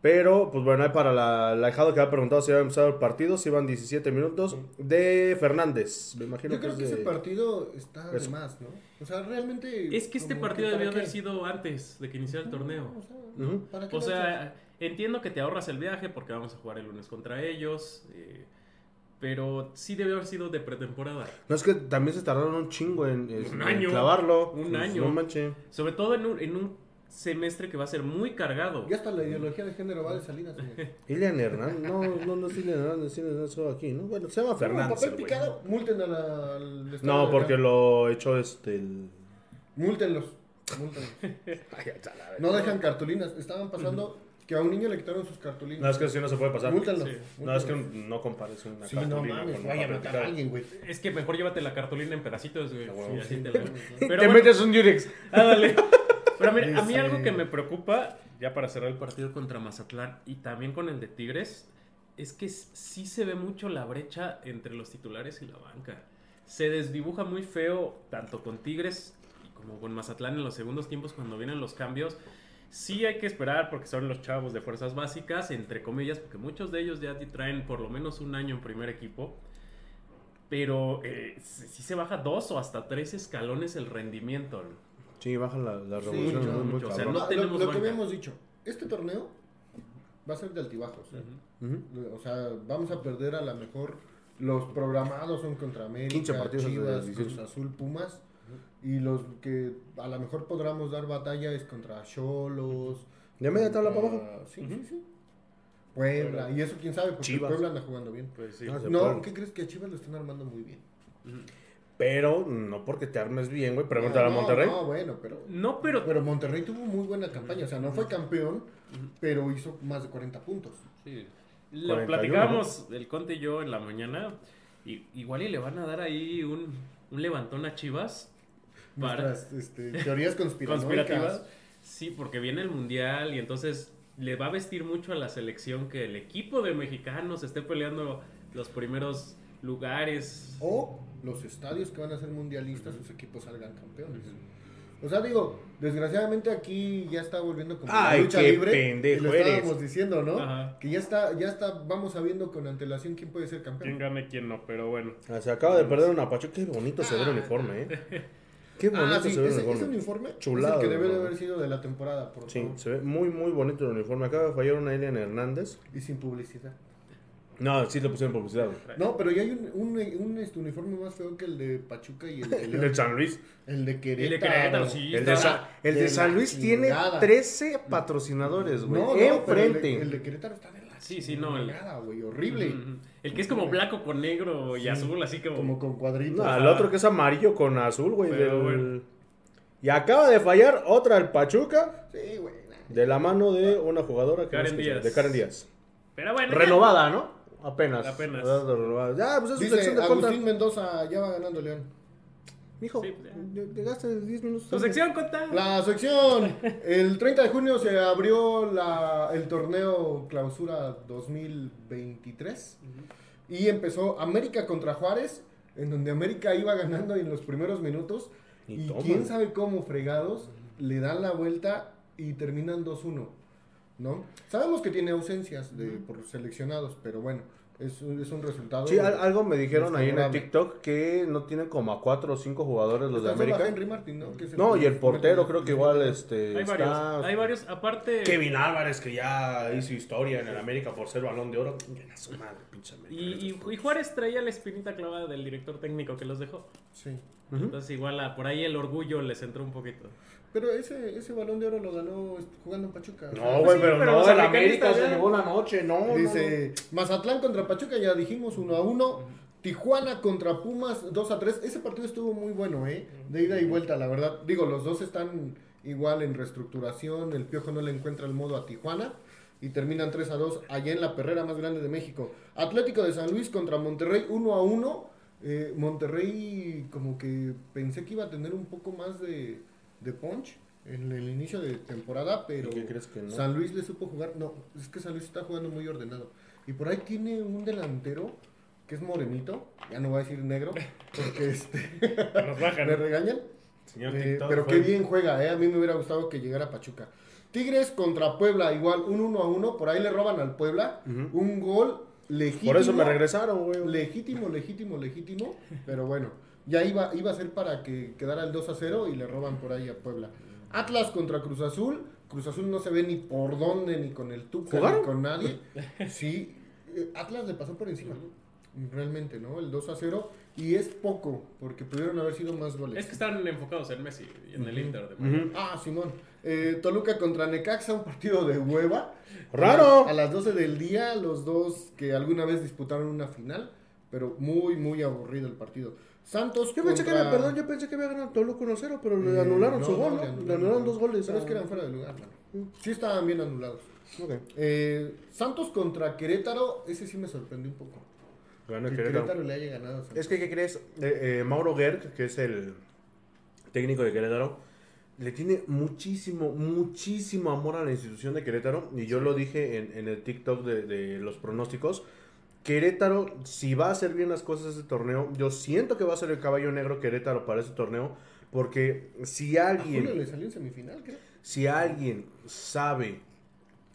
Pero, pues bueno, ahí para la, la hijada que había preguntado si había empezado el partido, si iban 17 minutos. De Fernández, me imagino
Yo creo
es
que ese
de- pues,
partido está de
Eso.
más, ¿no? O sea, realmente.
Es que este
como
partido
¿para
debió
qué?
haber sido antes de que iniciara el torneo.
Ujú.
¿Para qué
O
lo haces?
sea, entiendo que te ahorras el viaje porque vamos a jugar el lunes contra ellos. eh, pero sí debe haber sido de pretemporada.
No es que también se tardaron un chingo en, es-
Un
en
año.
clavarlo.
Un
Pues,
año.
No manches.
Sobre todo en un, en un semestre que va a ser muy cargado.
Ya hasta la ideología de género va de salida, señor.
Ilian Hernández. No, no, no es Ilian Hernández, Ilian Hernández solo aquí, ¿no? Bueno, se llama
Como
Fernández.
papel
el güey.
picado, multen a la, al estado de
No,
acá.
porque lo echó este. el-
Múltenlos. múltenlos. No dejan cartulinas. Estaban pasando que a un niño le quitaron sus cartulinas.
No, es que si no se puede pasar.
Múltenlos.
Sí.
No, es que no compares una
Sí, no
cartulina
mames,
con un
vaya a
papel
matar
picado.
a alguien, güey.
Es que mejor llévate la cartulina en pedacitos, güey.
Ah, huevo.
y así te la-
Te
Pero bueno,
metes un Durex.
ándale. Ah, Pero mira, a mí
Dice-
algo que me preocupa, ya para cerrar el partido contra Mazatlán y también con el de Tigres, es que s- sí se ve mucho la brecha entre los titulares y la banca. Se desdibuja muy feo, tanto con Tigres como con Mazatlán en los segundos tiempos cuando vienen los cambios. Sí hay que esperar porque son los chavos de fuerzas básicas, entre comillas, porque muchos de ellos ya te traen por lo menos un año en primer equipo. Pero eh, sí sí se baja dos o hasta tres escalones el rendimiento. ¿no?
Sí, bajan la, la
Sí,
revolución.
mucho,
muy, muy
mucho, o sea,
cabrón.
no
Lo-
tenemos
lo, lo que
banca.
habíamos dicho, este torneo va a ser de altibajos. ¿eh?
Ujú.
O sea, vamos a perder a lo mejor los programados son contra América,
15 partidos
Chivas,
de 18.
Cruz Azul, Pumas. Y los que a lo mejor podamos dar batalla es contra Cholos.
De media tabla para
contra- Eh, Sí, sí, sí. Puebla. Y eso quién sabe, porque
Chivas.
Puebla anda jugando bien.
Pues sí.
Ah, se
No,
pueden.
¿qué crees que a Chivas lo están armando muy bien?
Pero no porque te armes bien, güey. Pregúntale
No,
a Monterrey.
No, bueno, pero...
No, pero
Pero Monterrey tuvo muy buena campaña, o sea, no fue campeón, pero hizo más de 40 puntos.
Sí. Lo
41,
platicábamos el Conte y yo en la mañana. Y, igual y le van a dar ahí un, un levantón a Chivas. Para
Nuestras este, teorías conspirativas.
conspirativas. Sí, porque viene el Mundial y entonces le va a vestir mucho a la selección que el equipo de mexicanos esté peleando los primeros lugares.
O los estadios que van a ser mundialistas, sus equipos salgan campeones. O sea, digo, desgraciadamente aquí ya está volviendo como la
Ay,
lucha
qué
libre.
pendejo
y lo
eres.
estábamos diciendo, ¿no?
Ajá.
Que ya está, ya está, vamos sabiendo con antelación quién puede ser campeón.
gane, quién no, pero bueno.
Ah, Se acaba de perder una Pachuca. Qué bonito se ve el uniforme, eh. Qué bonito
Ah, sí,
se ve el
ese,
uniforme.
ese uniforme es
Chulado,
el que debe de
¿no?
haber sido de la temporada, por
Sí,
favor.
se ve muy, muy bonito el uniforme. Acaba de fallar una Ilian Hernández.
Y sin publicidad.
No, sí le pusieron publicidad, güey.
No, pero ya hay un, un, un, este, uniforme más feo que el de Pachuca y el de
El
León.
del San Luis.
El de Querétaro.
El de Querétaro, sí.
El de, Sa- el de
De
San
la
Luis tiene
chingada.
13 patrocinadores,
No,
güey.
no, pero el,
Enfrente.
de, el de Querétaro está de la
Sí, sí, no, el-
chingada, güey, horrible.
Ujú. El que es como blanco con negro y azul, así como.
Como con cuadritos.
No, al otro que es amarillo con azul, güey.
Pero
del-
bueno.
Y acaba de fallar otra el Pachuca
Sí, güey. nah.
de la mano de una jugadora que
Karen
no sé,
Díaz.
de Karen Díaz.
Pero bueno. ya.
Renovada, ¿no? Apenas.
Apenas.
Ah, renovada. Ya, pues es su
Dice
sección de
Agustín
cuenta.
Mendoza, ya va ganando León.
Mijo,
Sí, pues, ya.
lleg- llegaste 10 minutos.
Tu
tarde.
sección, Conta.
La sección. El 30 de junio se abrió la, el torneo Clausura 2023. Y empezó América contra Juárez, en donde América iba ganando en los primeros minutos.
Y
Y,
toma.
quién sabe cómo fregados le dan la vuelta y terminan 2-1. ¿No? Sabemos que tiene ausencias de, por seleccionados, pero bueno, es, un- es un resultado.
Sí, al- algo me dijeron ahí en el
Desfavorable.
TikTok que no tienen como a 4 o 5 jugadores los de
Está solo
América.
Pues Henry Martin, ¿no? Que es
No, y el portero
que-
creo que igual este
Hay
está-
varios. Hay varios. Aparte.
Kevin Álvarez que ya hizo historia en el América por ser balón de oro. Chinguen a su madre, pinche América.
Y, y- y Juárez traía la espinita clavada del director técnico que los dejó.
Sí.
Entonces igual a- por ahí el orgullo les entró un poquito.
Pero ese, ese balón de oro lo ganó este, jugando en Pachuca.
No,
Pues
güey,
sí,
pero,
pero
no,
los
el
americanistas
América se
ya-
llevó la noche, no. no,
Dice eh, Mazatlán contra Pachuca, ya dijimos 1 a 1. Tijuana contra Pumas 2 a 3. Ese partido estuvo muy bueno, ¿eh? De ida y vuelta, la verdad. Digo, los dos están igual en reestructuración. El Piojo no le encuentra el modo a Tijuana. Y terminan 3 a 2 allá en la perrera más grande de México. Atlético de San Luis contra Monterrey 1 a 1. Eh, Monterrey como que pensé que iba a tener un poco más de, de punch en el inicio de temporada, pero
¿Y qué crees que no?
San Luis le supo jugar. No, es que San Luis está jugando muy ordenado. Y por ahí tiene un delantero que es morenito, ya no voy a decir negro, porque este,
Nos bajan.
me regañan.
Señor
Eh,
TikTok.
pero
fue-
qué bien juega, ¿eh? A mí me hubiera gustado que llegara Pachuca. Tigres contra Puebla, igual, un 1 a 1. Por ahí le roban al Puebla. Un gol legítimo.
Por eso me regresaron, güey.
Legítimo, legítimo, legítimo. Pero bueno, ya iba, iba a ser para que quedara el 2 a 0 y le roban por ahí a Puebla. Atlas contra Cruz Azul. Cruz Azul no se ve ni por dónde, ni con el Tuca,
¿Jugaron?
ni con nadie. Sí, eh, Atlas le pasó por encima. Realmente, ¿no? El 2 a 0. Y es poco, porque pudieron haber sido más goles.
Es que están enfocados en Messi y en el Inter de Miami.
Ujú.
Ah, Simón. Eh, Toluca contra Necaxa, un partido de hueva.
¡Raro!
A las 12 del día, los dos que alguna vez disputaron una final, pero muy, muy aburrido el partido. Santos
Yo pensé que
contra-
había, perdón, yo pensé que había ganado Toluca 1-0, pero
Eh,
le anularon
no,
su gol,
no,
¿no?
le
Le anularon dos goles. ah,
Pero es que eran fuera de lugar, mano. Sí estaban bien anulados. Eh, Santos contra Querétaro, ese sí me sorprendió un poco.
Gana
Que
Querétaro.
Querétaro le haya ganado a Santos.
Es que, ¿qué crees? Eh, eh, Mauro Gerg, que es el técnico de Querétaro, le tiene muchísimo, muchísimo amor a la institución de Querétaro. Y yo lo dije en, en el TikTok de, de los pronósticos. Querétaro, si va a hacer bien las cosas este torneo, yo siento que va a ser el caballo negro Querétaro para este torneo. Porque si
A Julio
alguien,
le salió en semifinal, creo.
si alguien sabe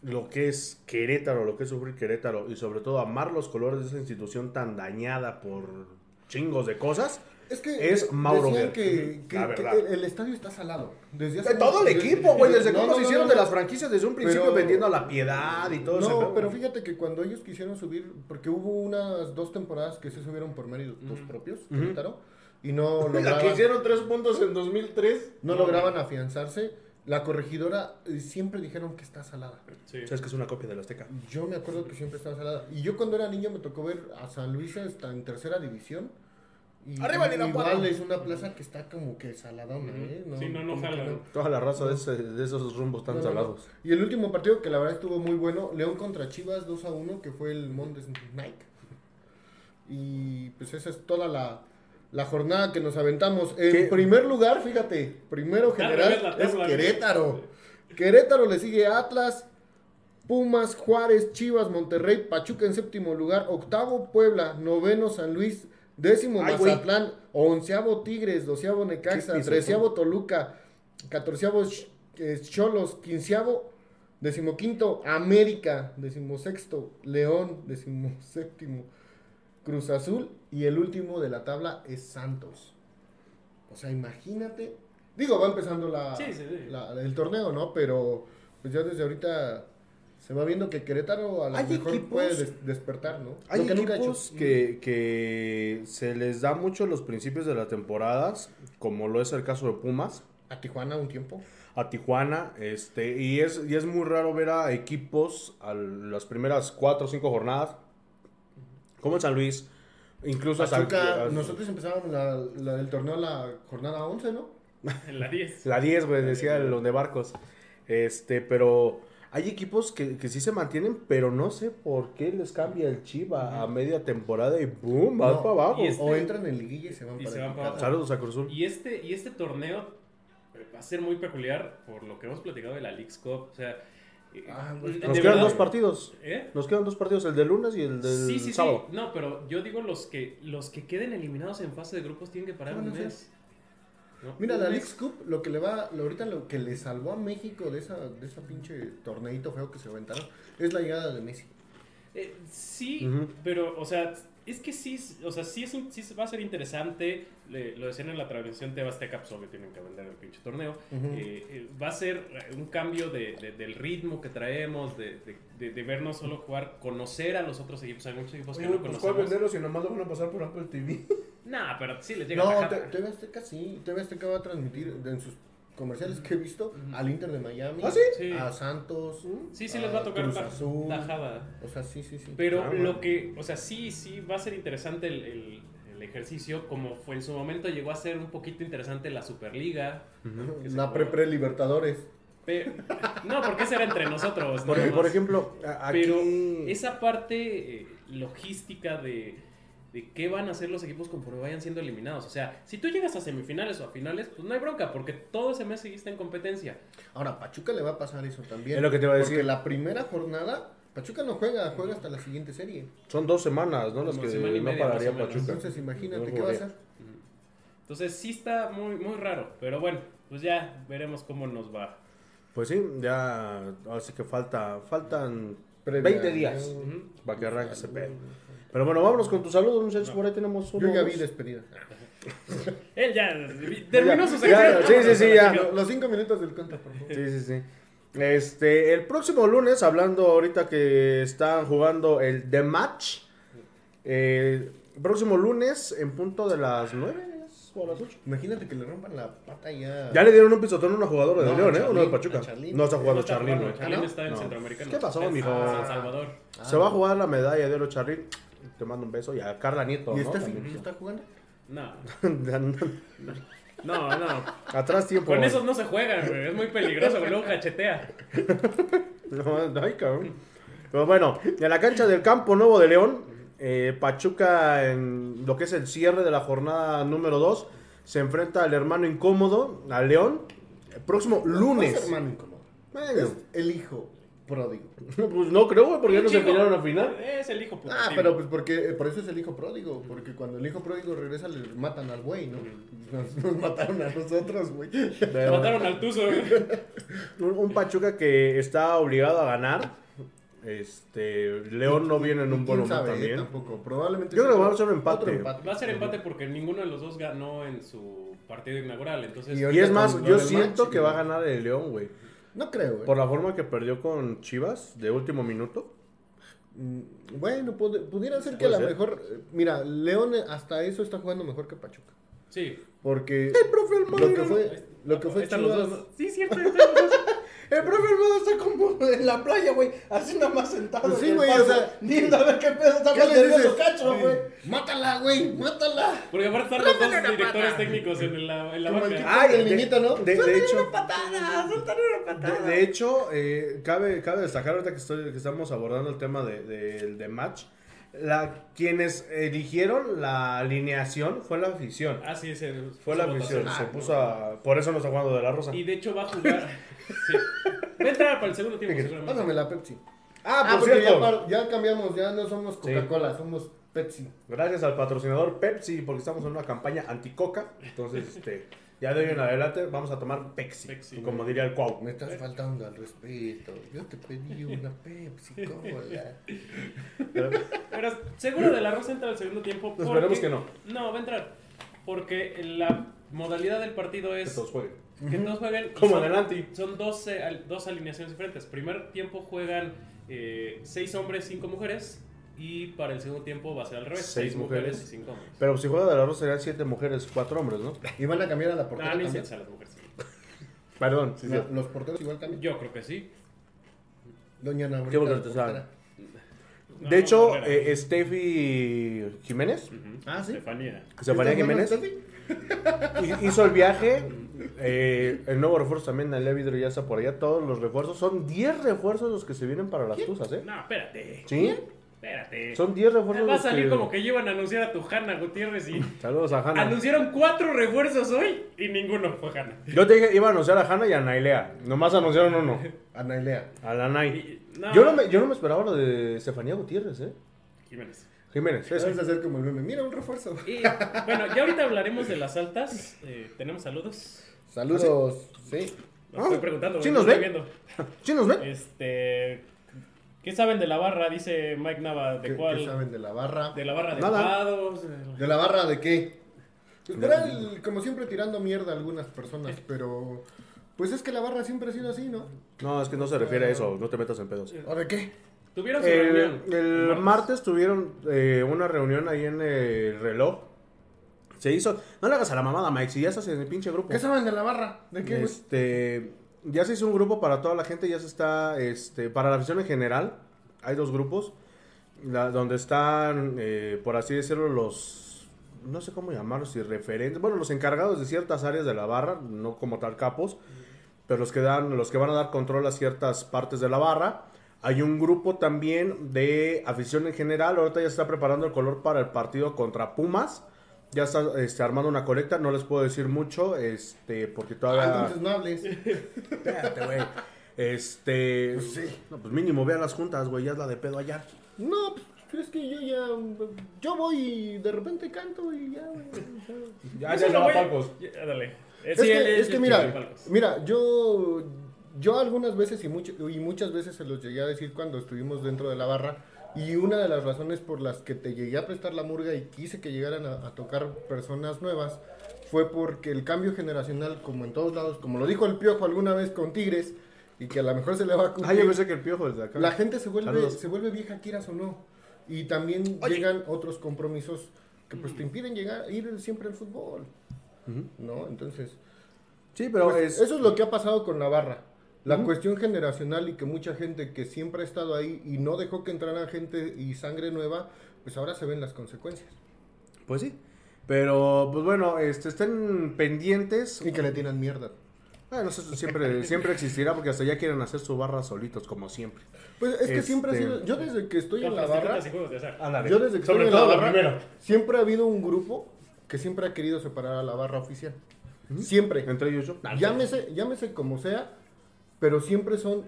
lo que es Querétaro, lo que es sufrir Querétaro y sobre todo amar los colores de esa institución tan dañada por chingos de cosas,
Es que
Es
de-
Mauro
decían
Ver,
que, que-
la
que
verdad.
el, el estadio está salado. Desde hace
De todo el
mucho-
equipo, güey. Desde
No,
cómo
no,
se
no,
hicieron
no,
de
no.
las franquicias desde un principio
Pero-
vendiendo a la piedad y todo eso.
No, pero fíjate que cuando ellos quisieron subir, porque hubo unas dos temporadas que se subieron por méritos propios, Querétaro, y no
La que
lograban,
hicieron tres puntos en 2003.
no lograban afianzarse. La corregidora eh, siempre dijeron que está salada.
Sí.
¿Sabes que es una copia del Azteca?
Yo me acuerdo que siempre estaba salada. Y yo cuando era niño me tocó ver a San Luis hasta en tercera división. Y
¡Arriba el Irapuato!
Igual es una plaza que está como que saladona, ¿eh?
Sí, no, no
como que
jala, ¿no?
Toda la raza de, ese- de esos rumbos tan
No, no, no.
salados.
Y el último partido que la verdad estuvo muy bueno, León contra Chivas 2 a 1, que fue el Mondes Nike. Y pues esa es toda la, la jornada que nos aventamos. En
¿Qué?
primer lugar, fíjate, primero
Está al revés
general
la
es
tabla,
Querétaro. Querétaro le sigue Atlas, Pumas, Juárez, Chivas, Monterrey, Pachuca en séptimo lugar, octavo Puebla, noveno San Luis, décimo
Ay, güey.
Mazatlán, onceavo Tigres, doceavo Necaxa,
¿Qué hizo?
treceavo Toluca, catorceavo Ch- eh, Cholos, quinceavo, decimoquinto América, decimosexto León, decimoséptimo Cruz Azul y el último de la tabla es Santos. O sea, imagínate. Digo, va empezando la,
Sí, sí, sí.
la- el torneo, ¿no? Pero pues ya desde ahorita se va viendo que Querétaro a lo
Hay
mejor
equipos-
puede des- despertar, ¿no?
Hay
lo que nunca ha hecho.
equipos que, que se les da mucho los principios de las temporadas, como lo es el caso de Pumas,
A Tijuana un tiempo.
a Tijuana, este, y es, y es muy raro ver a equipos a las primeras cuatro o cinco jornadas, como en San Luis, incluso hasta
Pachuca, nosotros empezábamos la, la del torneo la jornada 11, ¿no?
En la 10.
La 10, güey, decía el de barcos. Este, pero hay equipos que, que sí se mantienen, pero no sé por qué les cambia el chip a, a media temporada y ¡boom! Vas
No,
para abajo.
y es-
O entran en liguilla y se van
Este, Y
para
se van
Tijuana.
para abajo.
Saludos a Cruzul.
Y este, y este torneo eh, va a ser muy peculiar por lo que hemos platicado de la Leagues Cup. O sea, eh,
Ah, güey.
de
Nos quedan
verdad-
dos partidos.
¿Eh?
Nos quedan dos partidos, el de lunes y el del
Sí, sí,
sábado.
sí. No, pero yo digo los que los que queden eliminados en fase de grupos tienen que parar
¿Qué van
un
a hacer?
mes. ¿no?
Mira,
Un
la
mes.
League's Cup, lo que le va, lo, ahorita lo que le salvó a México de esa, de esa pinche torneito feo que se aventaron, es la llegada de Messi.
Eh, sí,
Ujú.
pero, o sea, es que sí, o sea, sí, es un- sí va a ser interesante. le- lo decían en la transmisión de Azteca, pues obvio tienen que vender el pinche torneo. Eh, eh, va a ser eh, un cambio de, de- del ritmo que traemos, de, de, de- de ver no solo jugar, conocer a los otros equipos. Hay muchos equipos Pues que no
pues,
conocemos.
si nomás lo van a pasar por Apple TV?
Nah, pero sí les llega
No,
tajada.
te- TV Azteca sí, TV Azteca va a transmitir en sus comerciales que he visto al Inter de Miami,
¿Ah, sí?
Sí.
a Santos,
Sí, sí les va a tocar
Ah, Cruz
taj-
Azul,
tajada.
o sea, sí, sí, sí.
Pero
Ah,
lo
bueno.
que, o sea, sí, sí, va a ser interesante el, el- el ejercicio, como fue en su momento, llegó a ser un poquito interesante la Superliga. que se
la
jugó.
pre pre Libertadores.
Pe- no, porque eso era entre nosotros.
Eh, Por,
nada
por
más.
ejemplo, a- aquí...
Pero esa parte eh, logística de, de qué van a hacer los equipos conforme vayan siendo eliminados. O sea, si tú llegas a semifinales o a finales, pues no hay bronca, porque todo ese mes seguiste en competencia.
Ahora, Pachuca le va a pasar eso también.
Es lo que te iba a
Porque
decir.
la primera jornada, Pachuca no juega, juega hasta la siguiente serie.
Son dos semanas, ¿no? Las
Como
que
semana y
no
media,
pararía
más o menos.
Pachuca.
Entonces, imagínate
No
qué va a
jugaría.
hacer.
Entonces sí está muy, muy raro, pero bueno, pues ya veremos cómo nos va.
Pues sí, ya. Así que falta, faltan
Previa,
20 días
Ujú.
para que arranque ese pedo. Pero bueno, vámonos con tus saludos, muchachos. Por ahí tenemos uno.
Yo ya
dos.
vi despedida.
Él ya terminó su
Ya,
sección.
ya, sí, sí, sí, ya.
Lo- Los cinco minutos del contra, por favor.
Sí, sí, sí. Este, el próximo lunes, hablando ahorita que están jugando el The Match. eh, el próximo lunes, en punto de las 9 o a las 8.
Imagínate que le rompan la pata ya.
Ya le dieron un pisotón a una jugadora de
No,
León, ¿eh?
Charlín,
Uno de
a
Pachuca.
Charlín.
No está
No
jugando
está
Charlín, ¿eh? güey.
jugando, Charlín
Ah, ¿no?
está en
No.
Centroamericano.
¿Qué pasó,
Está en
mijo?
San Salvador.
Se va a jugar la medalla de oro, Charlín. Te mando un beso. Y a Carla Nieto,
¿Y
¿no?
este
está,
También.
¿y está jugando?
No,
Andan
no, no.
Atrás tiempo.
Con esos no se juegan, güey. Es muy peligroso, güey. Luego cachetea.
No, no, ay, cabrón. Pero bueno, en la cancha del Campo Nuevo de León, eh, Pachuca, en lo que es el cierre de la jornada número 2, se enfrenta al hermano incómodo, al León, el próximo
Es
lunes.
hermano incómodo.
Bueno,
Es el hijo pródigo.
pues no creo, güey, porque ya no se
Chico,
pelearon al final.
Es el hijo
Ah,
putativo.
pero pues porque eh, por eso es el hijo pródigo, porque cuando el hijo pródigo regresa le matan al güey, ¿no? Nos, nos mataron a nosotros, güey.
Pero
Mataron al Tuzo, güey.
un, un Pachuca que está obligado a ganar. Este, León no viene en un buen
¿Quién
momento
sabe, eh?
también.
Tampoco, probablemente.
Yo creo que
sea
va a ser un empate.
otro
Va a ser empate porque ninguno de los dos ganó en su partido inaugural. Entonces,
Y ahorita
Y es más,
con lo
yo
del
siento
match,
que va a
¿no?
ganar el León, güey.
No creo, eh. güey.
Por la forma que perdió con Chivas de último minuto.
Mm, Bueno, pod- pudiera ser que a
Puede
lo
ser.
mejor. eh, Mira, León eh, hasta eso está jugando mejor que Pachuca.
sí.
Porque
profe
lo que fue, lo que fue
Están los
Chivas-
dos. Sí, cierto. están los dos.
El profe Almada está como en la playa, güey, así nada más sentado.
Pues sí,
en el
güey, o
pasto.
sea,
Ni a ver qué pedo, está
¿Qué
más
le dices?
nervioso Cacho, güey.
Mátala, güey, mátala.
Porque aparte están los dos directores técnicos en la, en la
Como Ah, el
banca.
tipo del niñito, ¿no?
De, de hecho,
Patada, suéltale una patada.
de, de hecho eh, cabe, cabe destacar ahorita que, estoy, que estamos abordando el tema de, de- de match. La, quienes eligieron la alineación fue la afición.
Ah, sí, se
Fue la afición. Se puso a. Por eso nos está jugando de la rosa.
Y de hecho va a jugar. Sí. Va a entrar para el segundo tiempo, seguramente.
Pásame la Pepsi.
Ah,
Ah,
por
porque ya,
cierto.
par- ya cambiamos, ya no somos Coca-Cola, somos Pepsi.
Gracias al patrocinador Pepsi, porque estamos en una campaña anticoca. Entonces, este, ya de hoy en adelante vamos a tomar Pepsi.
Pepsi.
Como diría el Cuau.
Me estás faltando al respeto. Yo te pedí una Pepsi Cola.
Pero seguro de la Rosa entra al segundo tiempo. Porque...
Esperemos que no.
No, va a entrar. Porque la modalidad del partido
Que
es
todos jueguen.
que todos jueguen. y
Como
son-
adelante.
Son 12 al- dos alineaciones diferentes. Primer tiempo juegan 6 hombres, 5 mujeres. Y para el segundo tiempo va a ser al revés:
Seis
6 mujeres
mujeres.
y 5 hombres.
Pero si juega de la rosa serían siete mujeres, cuatro hombres, ¿no?
Y van a cambiar a la
No,
portera
Ah, no
también.
incensas a las mujeres.
Perdón.
No, Los porteros igual cambian.
Yo creo que sí.
Doña Ana
¿Qué
Brita,
portero te
portera.
saben?
No,
De hecho,
Herrera.
eh, Steffi Jiménez,
Ah, sí.
Estefanía.
Estefanía
¿Estás bueno,
Jiménez, hi- hizo el viaje. eh, el nuevo refuerzo también, el Levidro ya está por allá. Todos los refuerzos. Son 10 refuerzos los que se vienen para las Tuzas, ¿eh?
No, espérate.
¿Sí?
Espérate.
Son 10 refuerzos
Va a
los
salir como que llevan a anunciar a tu Hanna Gutiérrez y.
Saludos a Hanna.
Anunciaron cuatro refuerzos hoy y ninguno fue Hanna.
Yo te dije, iba a anunciar a Hanna y a Nailea. Nomás anunciaron uno.
Ana Elea.
A la Nay.
Y- no.
Yo, no me, yo no me esperaba lo de Estefanía Gutiérrez, ¿eh?
Jiménez.
Jiménez,
Vamos
eso.
a hacer como el meme. Mira, un refuerzo.
Y, bueno, ya ahorita hablaremos de las altas. Eh, ¿Tenemos saludos?
Saludos. Sí.
Lo
Ah,
estoy preguntando.
¿sí
güey,
nos
no
ven?
estoy
¿Sí nos ven?
viendo. Este. ¿Qué saben de la barra? Dice Mike Nava.
¿Qué,
¿De
qué
cuál?
saben de la barra?
De la barra de
Nada.
Espados.
¿De la barra de qué? Pues fuera el- como siempre tirando mierda a algunas personas, pero pues es que la barra siempre ha sido así, ¿no?
No, es que no se refiere a eso. No te metas en pedos.
¿O de qué?
Tuvieron su
Eh,
reunión.
El, el martes. tuvieron eh, una reunión ahí en el reloj. Se hizo. No le hagas a la mamada, Mike. Si ya estás en el pinche grupo.
¿Qué saben de la barra? ¿De qué? güey?
Este. Ya se hizo un grupo para toda la gente. Ya se está. Este. Para la afición en general. Hay dos grupos. la- donde están. eh, por así decirlo, los. No sé cómo llamarlos. Si referentes. Bueno, los encargados de ciertas áreas de la barra. No como tal capos. Pero los que dan. Los que van a dar control a ciertas partes de la barra. Hay un grupo también de afición en general. Ahorita ya está preparando el color para el partido contra Pumas. Ya está este, armando una colecta. No les puedo decir mucho, este, porque todavía.
Ah, entonces no hables.
Espérate, güey. Este.
Pues sí.
No, pues mínimo, vean las juntas, güey. Ya es la de pedo allá.
No, pues, ¿crees que yo ya. Yo voy y de repente canto y ya, güey. o sea.
Ya,
Eso
ya
lo
no,
voy a-
Pacos.
Ya, Ándale.
Es que, es que mira, mira, yo, yo algunas veces y, mucho- y muchas veces se los llegué a decir cuando estuvimos dentro de la barra. Y una de las razones por las que te llegué a prestar la murga y quise que llegaran a, a tocar personas nuevas fue porque el cambio generacional, como en todos lados, como lo dijo el Piojo alguna vez con Tigres, y que a lo mejor se le va a
Ah, yo
cumplir,
pensé que el piojo desde acá.
la gente se vuelve,
Saludos.
se vuelve vieja, quieras o no. Y también llegan otros compromisos que pues te impiden llegar, ir siempre al fútbol. ¿No? Entonces...
Sí, pero
Pues,
es.
Eso es lo que ha pasado con Navarra. La cuestión generacional y que mucha gente que siempre ha estado ahí y no dejó que entrara gente y sangre nueva, pues ahora se ven las consecuencias.
Pues sí. Pero, pues bueno, este, estén pendientes.
Y que le tiran mierda.
Bueno, eso Ah, siempre, siempre existirá porque hasta ya quieren hacer su barra solitos, como siempre.
Pues es que siempre ha
Este-
sido. Yo desde que estoy en la barra.
Ándale.
Yo desde que
Sobre
estoy en la
todo lo
barra,
primero.
Siempre ha habido un grupo que siempre ha querido separar a la barra oficial. Siempre.
Entre ellos yo.
Llámese, llámese como sea, pero siempre son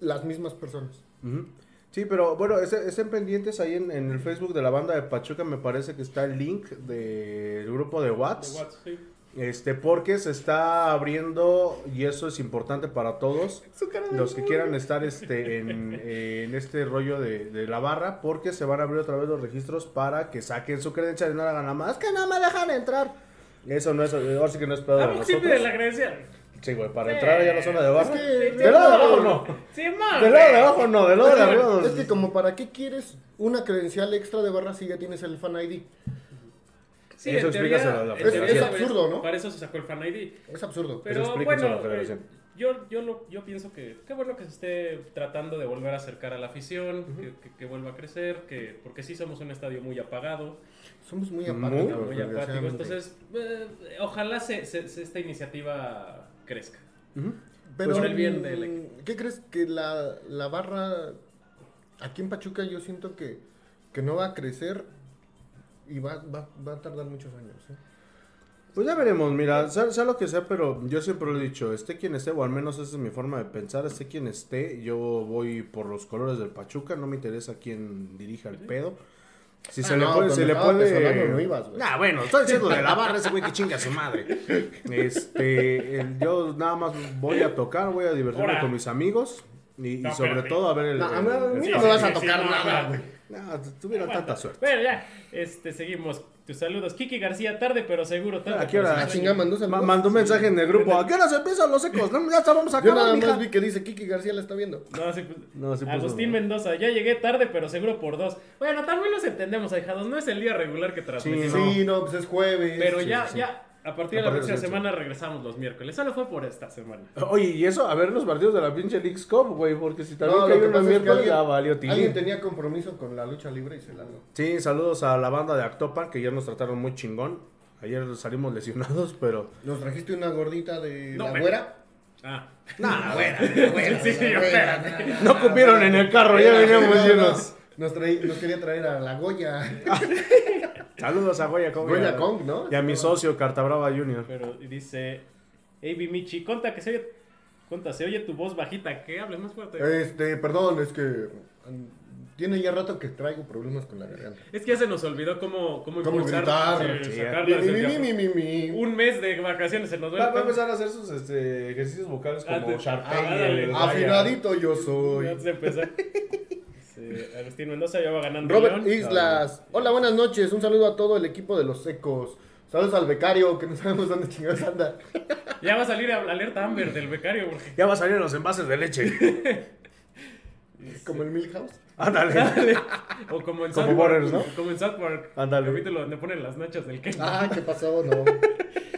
las mismas personas.
Ujú. Sí, pero bueno, es- estén pendientes ahí en, en el Facebook de la banda de Pachuca. Me parece que está el link del grupo de Watts. Este, porque se está abriendo, y eso es importante para todos, los que quieran estar este, en, en este rollo de, de la barra, porque se van a abrir otra vez los registros para que saquen su credencial y no la hagan nada más. "Es que no me dejan entrar. Eso no es, ahora sí que no es pedo de
Vamos siempre de
nosotros.
la credencial.
Sí, güey, para
Sí.
entrar allá a la zona de barra.
Es que-
Del lado de abajo no.
Sí, mames.
Del lado de abajo no, del lado de arriba.
Es
donde-
que como para qué quieres una credencial extra de barra si ya tienes el fan ID.
Sí,
Eso
en teoría-
explícaselo a la
en
federación.
teoría,
Es absurdo,
pues,
¿no?
Para eso se sacó el fan ID.
Es absurdo.
Eso
Pero
explíquenselo
bueno,
a la federación.
eh, yo, yo, lo- yo pienso que qué bueno que se esté tratando de volver a acercar a la afición, que- que, que vuelva a crecer, que porque sí somos un estadio muy apagado,
Somos muy
Muy,
apáticos.
muy apático.
desgraciadamente.
Entonces, eh, ojalá se, se- se- esta iniciativa crezca.
Pero,
por el bien del equipo.
mm, ¿Qué crees que la, la barra aquí en Pachuca yo siento que, que no va a crecer y va, va, va a tardar muchos años? ¿eh?
Pues ya veremos, mira, sea, sea lo que sea, pero yo siempre lo he dicho, esté quien esté, o al menos esa es mi forma de pensar, esté quien esté, yo voy por los colores del Pachuca, no me interesa quién dirija el pedo. Si se
Ah,
le
no,
puede,
cuando
se le
estaba
puede.
Pesolano no ibas, güey.
Nah, bueno, estoy diciendo de la barra ese güey que chinga a su madre. Este, el- yo nada más voy a tocar, voy a divertirme
Ahora.
con mis amigos y, y
No,
sobre
espérate.
todo a ver el.
No, a
el-
mí- a
el
mí no me
partido.
vas a tocar nada, güey.
Nah, tuvieron tanta suerte.
Bueno, ya, este, seguimos. Tus saludos. Kiki García, tarde, pero seguro. Tarde,
¿A qué hora?
Ah, chinga, mandó saludos.
Ma- mandó un mensaje en el grupo. ¿A qué hora se empiezan los ecos? No, ya estábamos acá.
Yo nada más vi que dice Kiki García la está viendo.
No, sí, pues,
No, sí puso-
Agustín Mendoza, ya llegué tarde, pero seguro por dos. Bueno, también los entendemos, ahijados. No es el día regular que transmitimos.
No.
Sí, no, pues es jueves.
Pero
Sí,
ya,
sí.
ya, a partir de
A
la
partir de
próxima
las ocho.
semana regresamos los miércoles. Solo fue por esta semana.
Oye, y eso, a ver los partidos de la pinche League's Cup, güey, porque si también
No, lo
cae
que
uno
pasa es que
miércoles
alguien,
ya valió tilín.
alguien tenía compromiso con la lucha libre y se la
Sí, saludos a la banda de Actopan, que ayer nos trataron muy chingón. Ayer salimos lesionados, pero...
Nos trajiste una gordita de
No,
la
me-
güera.
Ah,
Sí,
sí, yo, espérate.
No cupieron en el carro, ya veníamos llenos.
Nos, traí- nos quería traer a la Goya.
Saludos a Goya Kong.
Goya
y a-
Kong, ¿no?
Y a mi socio, Cartabrava Junior.
pero dice AB Michi, conta que se oye, conta, se oye tu voz bajita, que hables más fuerte.
Este, perdón, es que mm, tiene ya rato que traigo problemas con la garganta.
Es que ya se nos olvidó cómo, cómo,
Cómo
impulsar-
gritar.
sí,
Sí,
sacarla
Mi,
desde el
mi, mi,
diafragma.
mi, mi, mi.
Un mes de vacaciones se nos duele.
Va va a empezar a hacer sus este, ejercicios vocales como
Antes-
Sharpay.
Ah,
y el Goya.
Afinadito yo soy.
Antes de empezar. Sí, Agustín Mendoza ya va ganando.
Robert
León.
Islas. Hola, buenas noches. Un saludo a todo el equipo de los secos. Saludos al becario, que no sabemos dónde chingados anda.
Ya va a salir a- alerta Amber del becario. Porque...
Ya va a salir en los envases de leche.
Como el Milhouse.
Ándale.
O como en
Como
South
Butters,
Park,
¿no?
Como en South Park.
Ándale.
Capítulo donde ponen las nachas del Ken.
Ah, ¿qué pasó? No.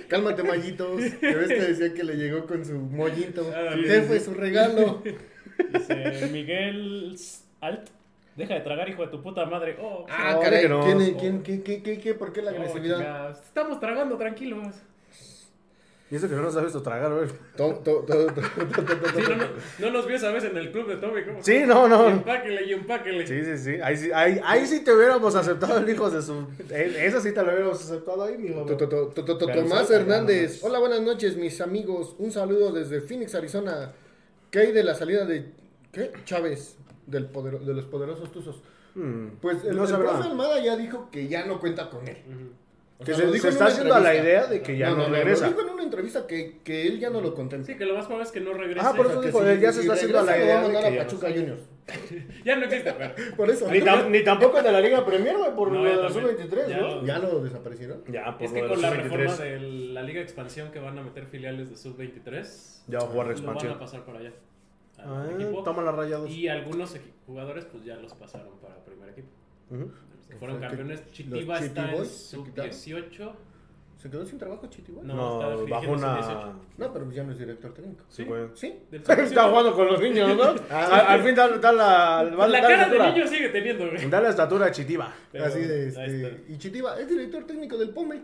Cálmate, Mallitos. Que ves que decía que le llegó con su mollito.
Ah,
¿Qué
bien.
fue su regalo?
Dice Miguel S- Alt. Deja de tragar, hijo de tu puta madre. Oh,
Ah,
No,
caray.
que no.
¿Quién, quién, qué, qué, qué, qué? ¿Por qué la
oh,
agresividad?
chingada. Estamos tragando, tranquilos.
Dice que no nos ha visto tragar, güey.
To- to- to- to- to- to- to-
Sí, no, no, no nos vio esa vez en el club de Toby, ¿cómo?
Sí, no,
Y
no.
empáquele y empáquele.
Sí, sí, sí. Ahí sí, ahí, ahí sí te hubiéramos aceptado el hijo de su. eh, Esa sí te lo hubiéramos aceptado ahí, mi
to- to- to- to- to- to-
Pero
Tomás
sí,
Hernández.
no, no.
Hola, buenas noches, mis amigos. Un saludo desde Phoenix, Arizona. ¿Qué hay de la salida de ¿qué? Chávez del podero- de los poderosos Tuzos? Pues el,
No
el
sabrá.
profe Almada ya dijo que ya no cuenta con él. O
Que
sea,
se,
lo
se
dijo en
está
una
haciendo a la
entrevista.
idea de que ya no,
lo
regresa.
dijo en una entrevista que, que él ya no lo contempla.
Sí, que lo más probable es que no regrese.
Ah, por
O
eso
sea, que
dijo,
si-
ya se
si
está haciendo a la
regresa,
idea
lo va a
de
mandar
que
a
ya no
Pachuca Juniors.
Ya no existe, pero.
Por eso.
Ni, tam- ni tampoco de la Liga Premier, güey, por
No,
lo
ya
de la
también.
sub-23,
Ya
¿no?
no.
¿Ya lo desaparecieron?
Ya, pues por lo
Es que
de
con
la
la reforma
sub-23.
de la Liga de Expansión que van a meter filiales de Sub-23,
Ya va a jugar
lo van a
expansión.
pasar para allá. al
Ah,
equipo.
toma la rayados.
Y algunos equi- jugadores pues ya los pasaron para primer equipo.
Ujú.
Los que fueron
O sea, que
campeones.
los
Chitiba está en
Chitiboys se quitaron.
Sub-18.
¿Se quedó sin trabajo Chitiba?
No. está
No, bajo
dirigiendo
una.
sub-18.
No, pero ya no es director técnico.
Sí, güey.
¿Sí?
Del
Está
sub-18.
jugando con los niños, ¿no? Al al fin, da, da la. va-
La
da
cara de
estatura.
niño sigue teniendo, güey.
Da la estatura a Chitiba.
Pero
Así de,
ahí está.
este, y Chitiba es director técnico del POME.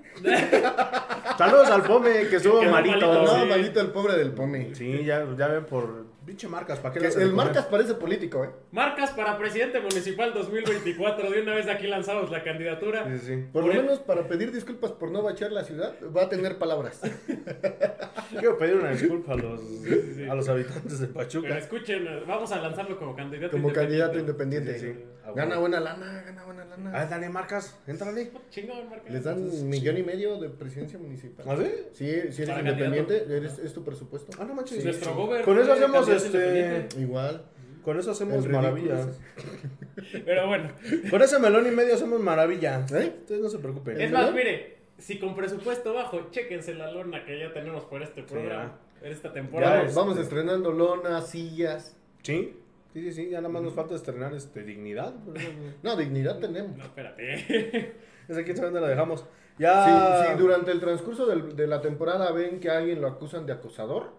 Saludos al Pome, que estuvo
Quedó
malito.
malito,
No,
¿no?
sí.
maldito el pobre del POME.
Sí, ya, ya ven por. Pinche marcas, ¿para qué
Que
le hacen
el
comer?
Marcas parece político, ¿eh?
Marcas para presidente municipal 2024. De una vez de aquí lanzamos la candidatura.
Sí, sí.
Por lo
Por el-
menos para pedir disculpas por no bachar la ciudad, va a tener palabras.
Quiero pedir una disculpa a los,
sí.
a los habitantes de
Pero
Pachuca.
escuchen, eh, vamos a lanzarlo como candidato
Como candidato independiente.
Sí, sí. Ah,
Gana
bueno.
buena lana, gana buena lana.
Ah, dale, marcas, entrale.
pues, Chingón, Marcas.
Les dan un millón y medio de presidencia municipal.
¿Ah, sí?
Sí, si eres
Para
independiente,
candidato.
eres, es tu presupuesto.
Ah, no manches.
Nuestro gobernador
Con eso
de
hacemos
candidato
este.
independiente.
Igual.
Con eso
El
hacemos
ridículo
maravillas.
Pero bueno,
Con ese melón y medio hacemos maravilla.
¿Eh?
Ustedes no se preocupen.
es
¿El
más,
melón?
mire, si con presupuesto bajo, chéquense la lona que ya tenemos por este programa, esta
Ya
temporada.
Vamos, vamos estrenando lonas, sillas.
¿Sí? Sí, sí, sí. Ya nada más nos falta estrenar este, dignidad.
No, dignidad tenemos.
No, espérate.
Desde quién sabe dónde la dejamos.
Si,
Ya.
si durante el transcurso del- de la temporada ven que a alguien lo acusan de acosador,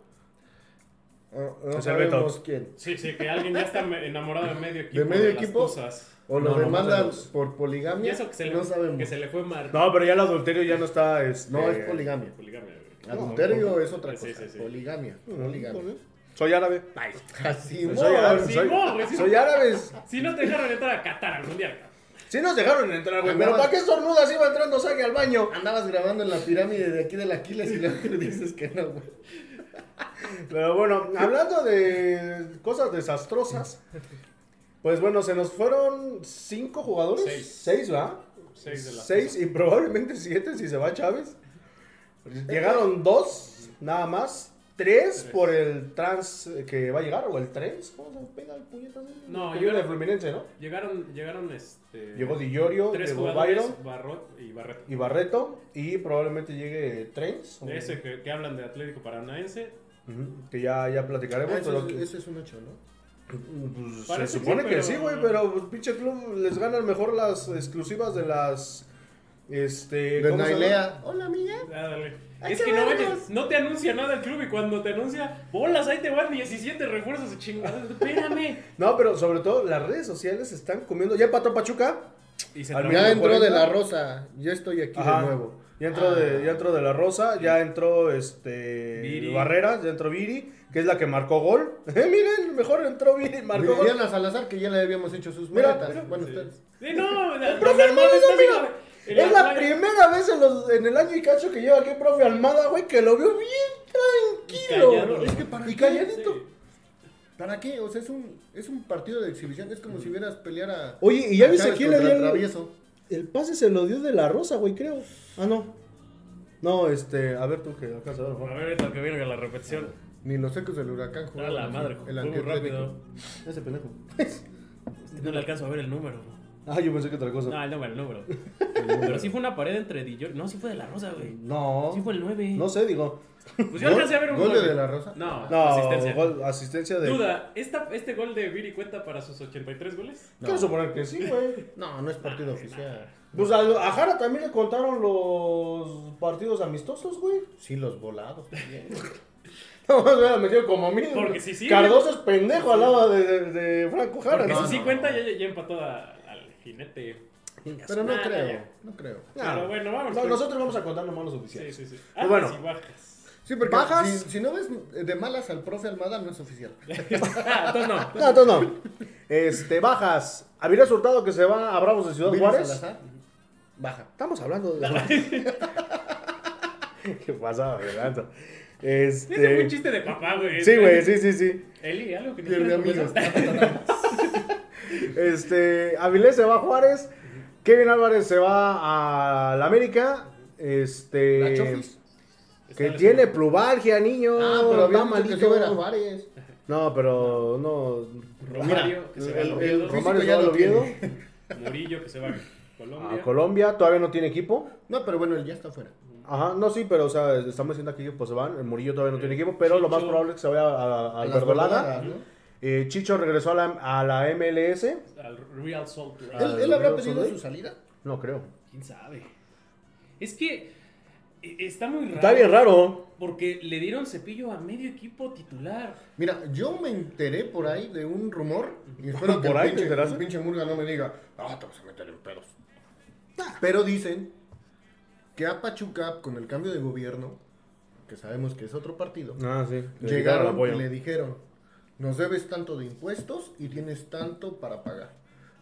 no, no
Es el Beto.
sabemos quién.
Sí, sí, que alguien ya está me- enamorado de medio equipo.
¿De medio
las
equipo?
cosas.
O
No,
lo
no,
demandan
no sabemos.
por
Y
poligamia,
eso que se le,
no sabemos.
que se le fue mal.
No, pero ya el adulterio ya no está. Este...
No es poligamia.
Poligamia, güey.
Adulterio es otra
Sí,
cosa.
sí, sí.
Poligamia. Poligamia.
Soy árabe.
Así,
Mm, Pues
mo-
soy árabe.
Sí,
Soy,
no, güey, sí.
soy árabe.
Si no te dejaron entrar a Qatar al mundial, cabrón.
Sí nos dejaron entrar, güey. Pero
Andabas-
¿para qué sornudas iba entrando Sague al baño?
Andabas grabando en la pirámide de aquí del Aquiles y luego le dices que no, güey.
Pero bueno, hablando de cosas desastrosas, pues bueno, se nos fueron cinco jugadores.
Seis.
Seis, ¿verdad?
Seis de la
Seis y probablemente siete si se va Chávez. Llegaron dos, nada más. Tres por el trans eh, que va a llegar, o el tres. ¿Cómo se pega el puñetazo?
No,
Que
yo
viene
era-
de Fluminense, ¿no?
Llegaron, llegaron este.
Llegó Di Llorio,
tres
llegó
jugadores,
Byron
Barrot y Barreto.
y Barreto. Y probablemente llegue Trens, o-
De ese que, que hablan de Atlético Paranaense.
Ujú, que ya, ya platicaremos.
Ah, eso
pero
es-
que-
ese es un ocho, ¿no?
Pues, se
Parece que
supone
sí,
que
pero-
sí, güey, pero pues, pinche club les ganan mejor las exclusivas de las. Este.
De
¿cómo se llama?
Nailea. Hola, amiga.
Ah, dale.
Hay
Es
que
que no,
verlos.
manches, no te anuncia nada el club y cuando te anuncia, bolas, ahí te van 17 refuerzos chingados. Espérame.
No, pero sobre todo las redes sociales están comiendo. Ya empató Pachuca.
Y se
Al
trabó.
menos-
Ya entró
40.
de la rosa. Ya estoy aquí
Ajá. Ah.
de nuevo. Ah.
Ya entró, de, ya entró de la Rosa, ya entró este
Viri.
Barrera, ya entró Viri, que es la que marcó gol. Eh, miren, mejor entró Viri, marcó gol.
Diana Salazar, que ya le habíamos hecho sus
Mira,
metas.
mira,
bueno,
Sí.
ustedes.
Sí, no, el
profe Almada está mira, Es la primera vez en, los- en el año y cacho que lleva aquí el profe Almada, güey, que lo vio bien tranquilo.
Callado.
güey.
Es que para
y
qué,
calladito.
¿Para qué? O sea, es un, es un partido de exhibición. Es como si vieras pelear a.
Oye, ¿y ya
a
viste
Chávez
quién le
contra
dio el-
travieso?
El pase se lo dio de la rosa, güey, creo. Ah, no. No, este, a ver tú que alcanza a ver.
A
Juan.
ver, ahorita que viene la repetición.
Ni los ecos del huracán
A
jugaron
la
así.
madre,
el
fue muy
antiatlético.
rápido.
Ese pendejo.
No le alcanzo a ver el número.
Ah, yo pensé que otra cosa.
No, el número, el número. Pero sí fue una pared entre Di Llor- No, sí fue de la Rosa, güey.
No.
Sí fue el 9.
No sé, digo.
Pues yo
Gol-
alcancé a ver un
gol de
güey.
De La Rosa.
No,
No,
asistencia.
gol- asistencia de.
Duda, ¿esta, ¿este gol de Viri cuenta para sus 83 goles?
Quiero suponer que sí, güey.
No, no es partido oficial.
Pues a, a Jara también le contaron los partidos amistosos, güey.
Sí, los volados. también.
No, me hubiera metido como mil.
Porque si sí,
Cardoso es pendejo al lado de, de Franco Jara.
Porque
¿no?
si sí
no.
cuenta, ya, ya empató a- al jinete.
Pero no
Ah,
creo.
ya.
No creo.
Ah,
Pero bueno, vamos.
no,
con-
nosotros vamos a contar nomás los
Sí,
oficiales.
sí, Ah, sí.
Pues bueno.
Altas y bajas.
Sí, porque
¿Bajas?
Si, si no ves eh, de malas al profe Almada, no es oficial.
Ah, Entonces no.
No, entonces no. Este, bajas. Avilés Hurtado que se va a Bravos de Ciudad
Viri
Juárez.
Salazar, Baja.
Estamos hablando de. ¿Qué pasa, Fernando? Este.
Ese fue un chiste de papá, güey.
Sí, güey, sí, sí, sí.
Eli, algo que no
Pierde
quieras
amigos.
contar.
Este, Avilés se va a Juárez. Kevin Álvarez se va a la América. Este.
La Chofis.
Que
Está
tiene plubalgia, niño.
Ah,
está
pero había malito.
malito.
Que era Juárez.
No, pero no.
Romario, que se va
el-
al
el-
Oviedo.
Romario
Físico
se
ya
va al
lo
Oviedo.
Murillo, que se va a
A
Colombia.
Colombia todavía no tiene equipo.
No, pero bueno, él ya está fuera.
Ajá, no, sí, pero o sea, estamos diciendo aquí que pues se van. El Murillo todavía no tiene equipo, pero lo más
Chicho.
probable es que se vaya a, a- al
Eh, Las
Verdolaga.
Verdolagas, ¿no?
Eh, Chicho regresó a la, a la MLS.
Al Real Salt Lake.
¿Él, él
¿lo
habrá
veo
pedido
solo ahí?
su salida?
No creo.
¿Quién sabe? Es que eh, está muy raro.
Está bien raro.
Porque le dieron cepillo a medio equipo titular.
Mira, yo me enteré por ahí de un rumor y espero que
¿Por
el
ahí te
pinche,
enteraste?
el pinche Murga no me diga, ah, te vas a meter en pedos.
Ah.
Pero dicen que a Pachuca, con el cambio de gobierno, que sabemos que es otro partido,
Ah, sí.
llegaron y le dijeron, nos debes tanto de impuestos y tienes tanto para pagar.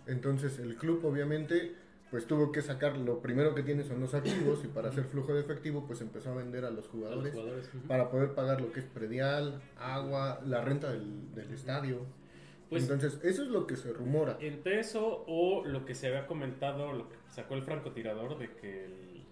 Entonces el club obviamente pues tuvo que sacar lo primero que tiene son los activos y para hacer flujo de efectivo pues empezó a vender a los
A los
jugadores
jugadores.
para poder pagar lo que es predial, agua, la renta del, del estadio.
Pues
Entonces, eso es lo que se rumora.
entre eso o lo que se había comentado, lo que sacó el francotirador de que el,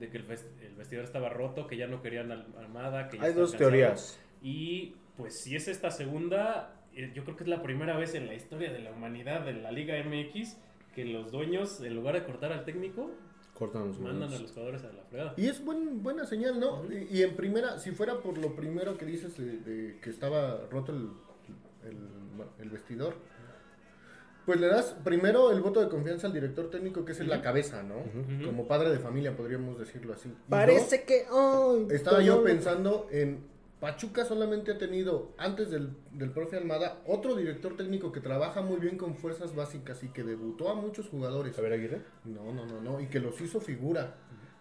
de que el, ves- el vestidor estaba roto, que ya no querían al- Almada. Que ya
Hay
están
dos
cansados.
teorías.
Y pues si es esta segunda, eh, yo creo que es la primera vez en la historia de la humanidad de la Liga MX que los dueños, en lugar de cortar al técnico, pues,
Cortan los
mandan a
manos.
los jugadores a la fregada.
Y es buen- buena señal, ¿no? y, y en primera, si fuera por lo primero que dices de, de que estaba roto el, el- el vestidor, pues le das primero el voto de confianza al director técnico, que es en la cabeza, ¿no? Como padre de familia, podríamos decirlo así. Y
Parece que hoy.
dos, estaba yo pensando en. Pachuca solamente ha tenido, antes del, del profe Almada, otro director técnico que trabaja muy bien con fuerzas básicas y que debutó a muchos jugadores.
A ver, Aguirre.
No, no, no, no. Y que los hizo figura.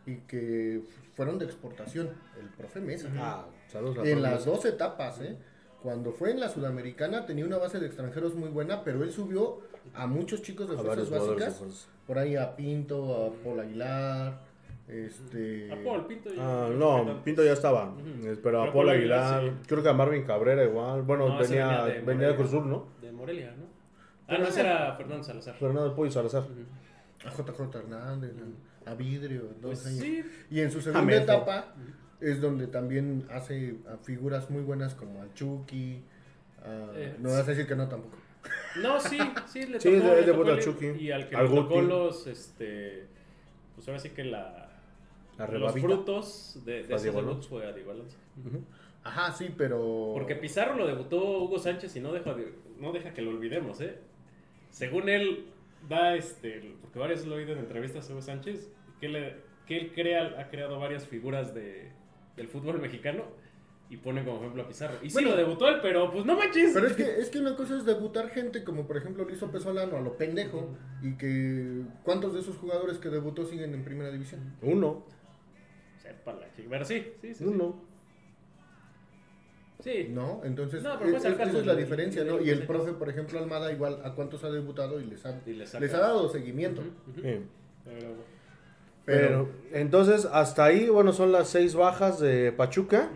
Y que fueron de exportación. El profe Mesa.
Ah, saludos a
en las dos etapas, ¿eh? Cuando fue en la Sudamericana tenía una base de extranjeros muy buena, pero él subió a muchos chicos de
A
fuerzas
varios jugadores de
básicas.
fuerzas.
Por ahí a Pinto, a Paul Aguilar, este...
A Paul Pinto. yo-
Ah, no, Pinto ya estaba. Eh, Pero a
Pero
Paul
Pablo
Aguilar,
Aguilar, sí.
creo que a Marvin Cabrera igual. Bueno,
No, ese
venía,
venía de
venía de
Morelia.
Cruzul, ¿no?
De Morelia, ¿no? Ah, no, ese era Fernando Salazar.
Fernando Pollo Salazar.
a JJ Hernández, a Vidrio, dos
Pues
años.
sí.
Y en su segunda
Jamejo.
etapa es donde también hace a figuras muy buenas como al Chucky. a-
Eh,
no vas a decir que no tampoco.
No, sí, sí, le tocó.
Sí, de-
le
es de
tocó
Bola
el-
Chucky.
Y al que
Al
le tocó
Guti.
los, este, pues ahora sí que la,
La
los
rebabita.
frutos de, de
A
esos
Diego
debuts
Alonso.
fue a Diego Alonso.
Ajá, sí, pero.
Porque Pizarro lo debutó Hugo Sánchez y no deja, de- no deja que lo olvidemos, ¿eh? Según él, da este, porque varios lo he oído en entrevistas a Hugo Sánchez, que, le- que él crea, ha creado varias figuras de, del fútbol mexicano y pone como ejemplo a Pizarro. Y
Bueno.
sí lo debutó él, pero pues no manches.
Pero es que, es que una cosa es debutar gente como por ejemplo lo hizo Pesolano a lo pendejo y que cuántos de esos jugadores que debutó siguen en primera división.
Uno,
Sepa la chica. Pero sí, sí, sí. sí.
uno.
Sí.
No, entonces
No, pero pues,
es-
al
es-
caso
esa es
de-
la diferencia,
de-
¿no?
de-
Y el profe, por ejemplo, Almada igual a cuántos ha debutado y les ha,
Y les saca.
les ha dado seguimiento.
Eh,
Pero,
Pero, entonces, hasta ahí, bueno, son las seis bajas de Pachuca.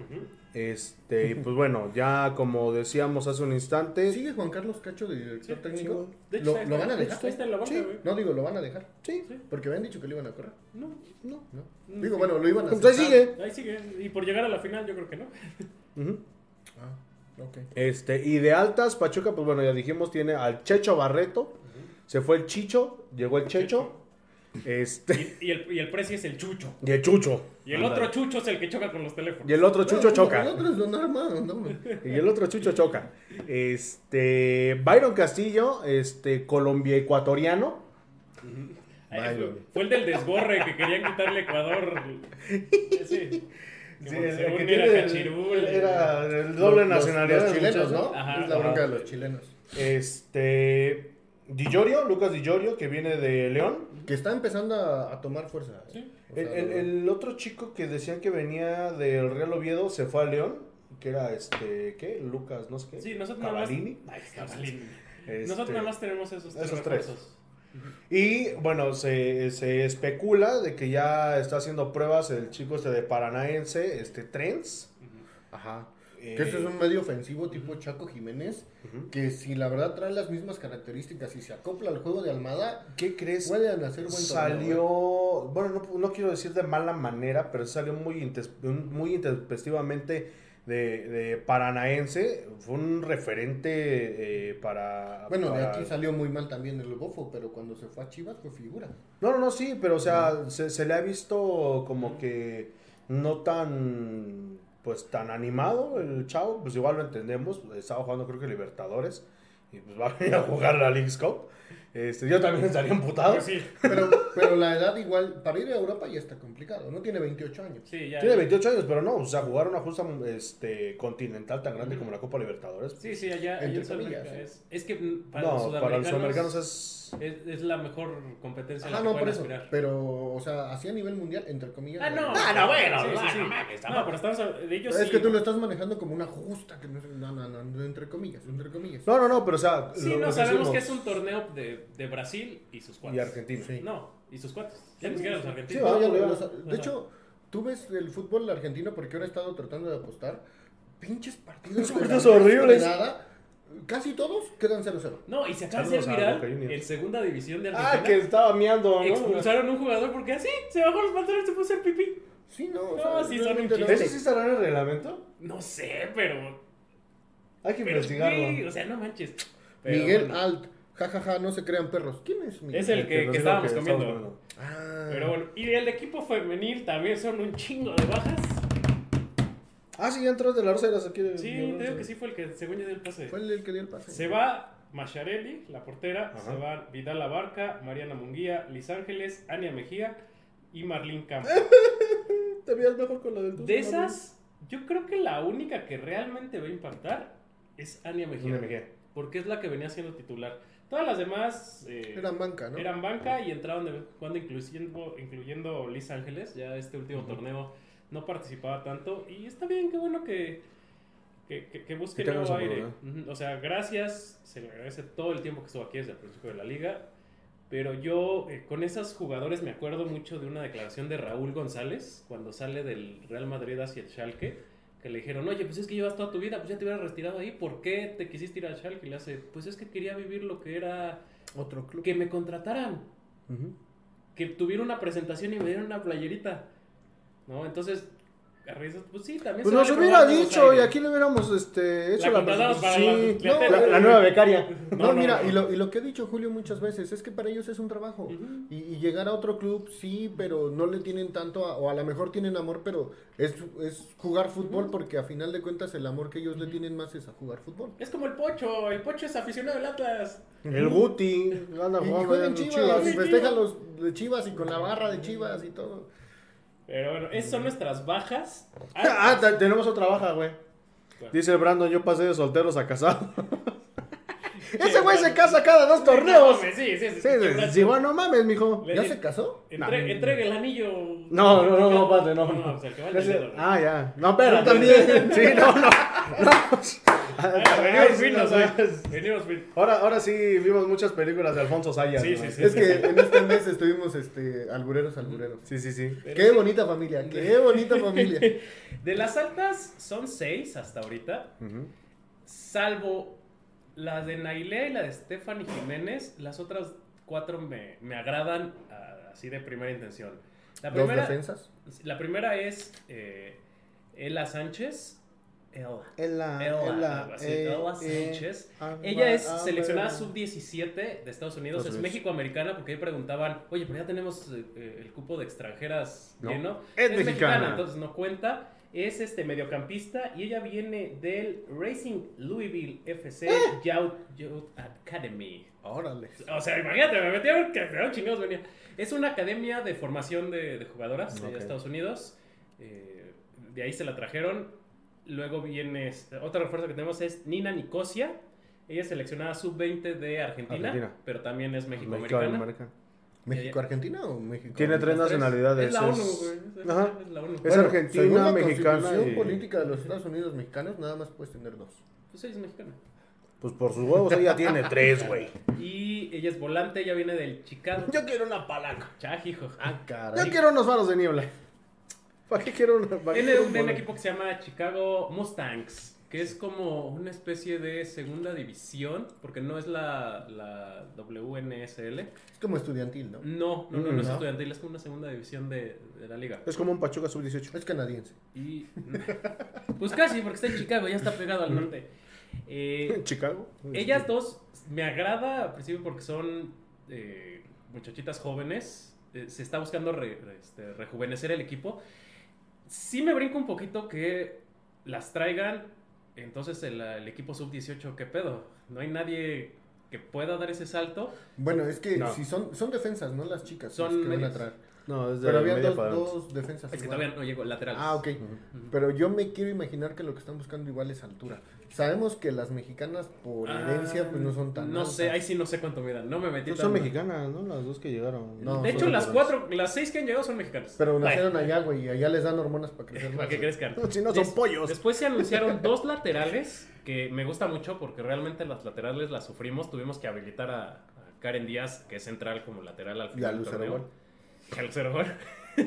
Este, y pues bueno, ya como decíamos hace un instante.
¿Sigue Juan Carlos Cacho de director
Sí,
técnico?
sí,
de hecho,
¿Lo,
ahí
lo
está,
van a
de hecho,
dejar?
ahí está en la banca,
Sí.
güey.
No digo, lo van a dejar.
Sí.
Porque habían dicho que lo iban a correr,
No, no.
¿no? Digo, bueno, lo iban a
Pues ahí
aceptar.
sigue.
Ahí sigue. Y por llegar a la final, yo creo que no.
Ujú.
Ah, ok.
Este, y de altas, Pachuca, pues bueno, ya dijimos, tiene al Checho Barreto. Se fue el Chicho, llegó el Checho. Este.
Y, y el, y el precio es el chucho.
Y el Chucho.
Y el otro chucho es el que choca con los teléfonos.
Y el otro Chucho
No,
choca.
El otro es Don Armando, ¿no?
Y el otro Chucho choca. Este. Byron Castillo, este, colombia ecuatoriano.
Ahí
Bailo.
fue, fue el del desborre que querían quitarle a Ecuador. Sí. Que según era Cachirul.
era el doble
Los-
nacionalidad.
Los
del
chilenos,
muchacho.
¿no?
Ajá,
es la
ajá.
bronca de los chilenos.
Este. Di Llorio, Lucas Di Llorio, que viene de León.
Que está empezando a, a tomar fuerza. O sea,
El, el- el otro chico que decían que venía del Real Oviedo se fue a León, que era este, ¿qué? Lucas, no sé qué.
Sí, nosotros nada más-
Cavalini.
Ay, Cavalini.
Este,
Nosotros nada más tenemos esos tres.
esos tres.
refuerzos.
Y bueno, se, se especula de que ya está haciendo pruebas el chico este de Paranaense, este Trens.
Ajá.
Eh,
Que eso es un medio ofensivo tipo Chaco Jiménez, que si la verdad trae las mismas características y se acopla al juego de Almada,
¿Qué crees?
pueden hacer buen torneo,
salió,
¿eh?
bueno, no, no quiero decir de mala manera, pero salió muy, intes- muy intempestivamente de, de Paranaense. Fue un referente eh, para...
Bueno, de
para-
aquí salió muy mal también el Bofo, pero cuando se fue a Chivas fue figura.
No, no, no, sí, pero o sea, se, se le ha visto como que no tan, pues tan animado el chavo, pues igual lo entendemos, estaba jugando creo que Libertadores y pues va a venir a jugar la League's Cup. Este, yo también estaría emputado.
Pues sí,
Pero, pero la edad igual, para ir a Europa ya está complicado, no tiene 28 años.
sí, ya.
Tiene 28 años, pero no, o sea, jugar una justa este, continental tan grande como la Copa Libertadores.
Sí, sí, allá, allá
Entre
en Sudamérica
comillas,
es, es que mm, para los
no, para
sudamericanos,
los americanos es...
es, es la mejor competencia a la
Ajá,
que
Ah, no,
pueden
por eso.
aspirar.
Pero, o sea, así a nivel mundial, entre comillas.
Ah, no.
la-
bueno, no mames. No, pero estamos a- de ellos
Es
sí.
que tú lo estás manejando como una justa, que no es- no, no, no, entre comillas, entre comillas.
No, no, no, pero o sea...
Sí,
lo-
no,
lo decimos.
sabemos que es un torneo pues. de, de Brasil y sus cuates.
Y Argentina.
Sí.
No, y sus cuates. Ya ni siquiera los
No,
argentinos.
ya lo-
ya.
los- de hecho, tú ves el fútbol argentino porque ahora he estado tratando de apostar. Pinches partidos
Son
de
cosas
la
horribles.
nada, Casi todos quedan 0-0.
no, y se acaba de
Saludos
hacer
a
viral
Boca Juniors.
en segunda división de
Ah,
Argentina.
que estaba miando, ¿no?
Expulsaron un jugador porque así se bajó los pantalones y se puso a hacer pipí.
Sí, no. o
No,
sea,
sí son
realmente
un
no.
¿Eso sí estará en el reglamento?
No sé, pero.
Hay que
pero
investigarlo.
sí, o sea, no manches. Pero
Miguel
bueno.
Alt. Jajaja, no se crean perros. ¿Quién es Miguel?
Es
nos
el que, que
dijo
estábamos
que
comiendo.
estábamos comiendo.
Ah,
Pero bueno, y el equipo femenil también son un chingo de bajas.
Ah, sí, ya entró de la Arcera, se quiere.
Sí, te digo que sí fue el que según yo dio el pase.
fue el que dio el pase.
Se va Macharelli, la portera,
Ajá.
se va Vidal Abarca, Mariana Munguía, Liz Ángeles, Ania Mejía y Marlene Campos.
Te veías mejor con la del
De esas, yo creo que la única que realmente va a impactar es Ania Mejía. Porque es la que venía siendo titular. Todas las demás eh,
Eran banca, ¿no?
eran banca y entraron de vez en cuando, incluyendo, incluyendo Liz Ángeles. Ya este último torneo no participaba tanto. Y está bien, qué bueno que, que, que, que busque
Que tenga ¿eh?
nuevo
esa
aire. Ujú, O sea, gracias. Se le agradece todo el tiempo que estuvo aquí desde el principio de la liga. Pero yo eh, con esas jugadores me acuerdo mucho de una declaración de Raúl González cuando sale del Real Madrid hacia el Schalke. Que le dijeron, oye, pues es que llevas toda tu vida, pues ya te hubieras retirado ahí, ¿por qué te quisiste ir al Schalke? Y le hace, pues es que quería vivir lo que era
Otro club.
que me contrataran, que tuviera una presentación y me dieran una playerita. ¿No? Entonces, a raíz de- pues sí, también
Pues
se
nos
vale
hubiera
probar nuevos
dicho y
aires.
aquí le hubiéramos este, hecho
La
la,
contratamos para
Sí,
la-
no,
la-
la- la nueva becaria.
No,
No,
no,
mira,
no.
Y, lo, y lo que ha dicho Julio muchas veces es que para ellos es un trabajo.
Ujú.
y, y llegar a otro club, sí, pero no le tienen tanto, a- o a lo mejor tienen amor, pero es, es jugar fútbol porque a final de cuentas el amor que ellos le tienen más es a jugar fútbol.
Es como el Pocho, el Pocho es aficionado del Atlas.
El Guti anda
Y
jugando
juegan
en
chivas,
Chivas.
y festejan los de chivas y con la barra de chivas y todo.
Pero bueno, esas son nuestras bajas.
Ah, te- tenemos otra baja, güey. Dice Brandon, yo pasé de solteros a casado. Ese güey se casa cada dos torneos.
Sí, sí, sí.
Sí, sí, sí, bueno, no mames, mijo.
Le-
¿Ya se casó?
Entre- entregue el anillo.
No, no, no, no, padre, no.
No, o sea, el que vale
Ese-
dinero.
Ah, ya. No, espérate.
también.
Sí, no, no.
Ah,
Ay,
Venimos
sí,
finos,
no,
güey.
sabes.
Venimos finos.
Ahora, ahora sí vimos muchas películas de Alfonso Sayas.
Sí,
¿no?
sí, sí.
Es que en este mes estuvimos este, albureros, albureros.
Sí, sí, sí.
Qué bonita familia, qué bonita familia.
De las altas son seis hasta ahorita. Salvo la de Nailea y la de Stephanie Jiménez. Las otras cuatro me, me agradan ah, así de primera intención. La
Dos
primera,
defensas.
la primera es eh, Ella Sánchez. Ella.
Ella,
Ella, algo así, Ella Sánchez. Ella es seleccionada sub-17 de Estados Unidos, es
Estados Unidos.
México-americana, porque ahí preguntaban, oye, pero ya tenemos eh, eh, el cupo de extranjeras
No.
lleno.
Es mexicana.
entonces no cuenta. Es este mediocampista y ella viene del Racing Louisville FC Youth, Youth Academy.
Órale.
O sea, imagínate, me metí a ver que de dónde chingados venía. Es una academia de formación de, de jugadoras de
Ok.
Estados Unidos. Eh, de ahí se la trajeron. Luego viene es- otra refuerzo que tenemos es Nina Nicosia. Ella es seleccionada sub-20 de Argentina,
Argentina.
pero también es mexicoamericana.
México-americana.
¿México-Argentina o México?
Tiene tres
Las tres.
nacionalidades.
Es la ONU,
es-
güey. Es-
Ajá.
es la ONU.
Es argentina,
según la
mexicana
Constitución
y-
política de los Estados Unidos mexicanos, nada más puedes tener dos.
Pues ella es mexicana.
Pues por sus huevos ella tiene tres, güey.
Y ella es volante, ella viene del Chicago.
Yo quiero una palanca.
Chaj, hijo. Ah,
Yo quiero unos varos de niebla. ¿Para qué quiero una para qué
Tiene
quiero
un,
un volante?
equipo que se llama Chicago Mustangs, que es como una especie de segunda división, porque no es la, la WNSL.
Es como estudiantil, ¿no?
No, no, no, no, es
No.
estudiantil, es como una segunda división de, de la liga.
Es como un Pachuca sub-18.
Es canadiense.
Y, pues casi, porque está en Chicago, ya está pegado al norte. Eh,
En Chicago.
ellas dos me agrada al principio porque son eh, muchachitas jóvenes. eh, se está buscando re- re- este, rejuvenecer el equipo. Sí me brinco un poquito que las traigan. Entonces el, el equipo sub-18, ¿qué pedo? No hay nadie que pueda dar ese salto.
Bueno, es que
No.
si son, son defensas, no las chicas.
Son
las que van a
medias.
traer.
No, es de
Pero había
media
dos,
para adelante.
dos defensas.
Es que
igual.
todavía no llego laterales.
Ah, ok. Pero yo me quiero imaginar que lo que están buscando igual es altura. Sabemos que las mexicanas por
Ah,
herencia pues no son tan
No sé, ahí
altas. Pues
sí no sé cuánto miran. No me metí
No
tan-
son mexicanas, ¿no? Las dos que llegaron.
No,
De hecho,
son
las
mexicanas.
cuatro, las seis que han llegado son mexicanas.
Pero nacieron allá, güey, y allá les dan hormonas para crecer
Para
más.
que crezcan.
Si no son
Des-
pollos.
Después se anunciaron dos laterales que me gusta mucho porque realmente las laterales las sufrimos. Tuvimos que habilitar a, a Karen Díaz, que es central como lateral al
Y a
final. del
Lucero
torneo.
Gol.
Y a Lucero Gol.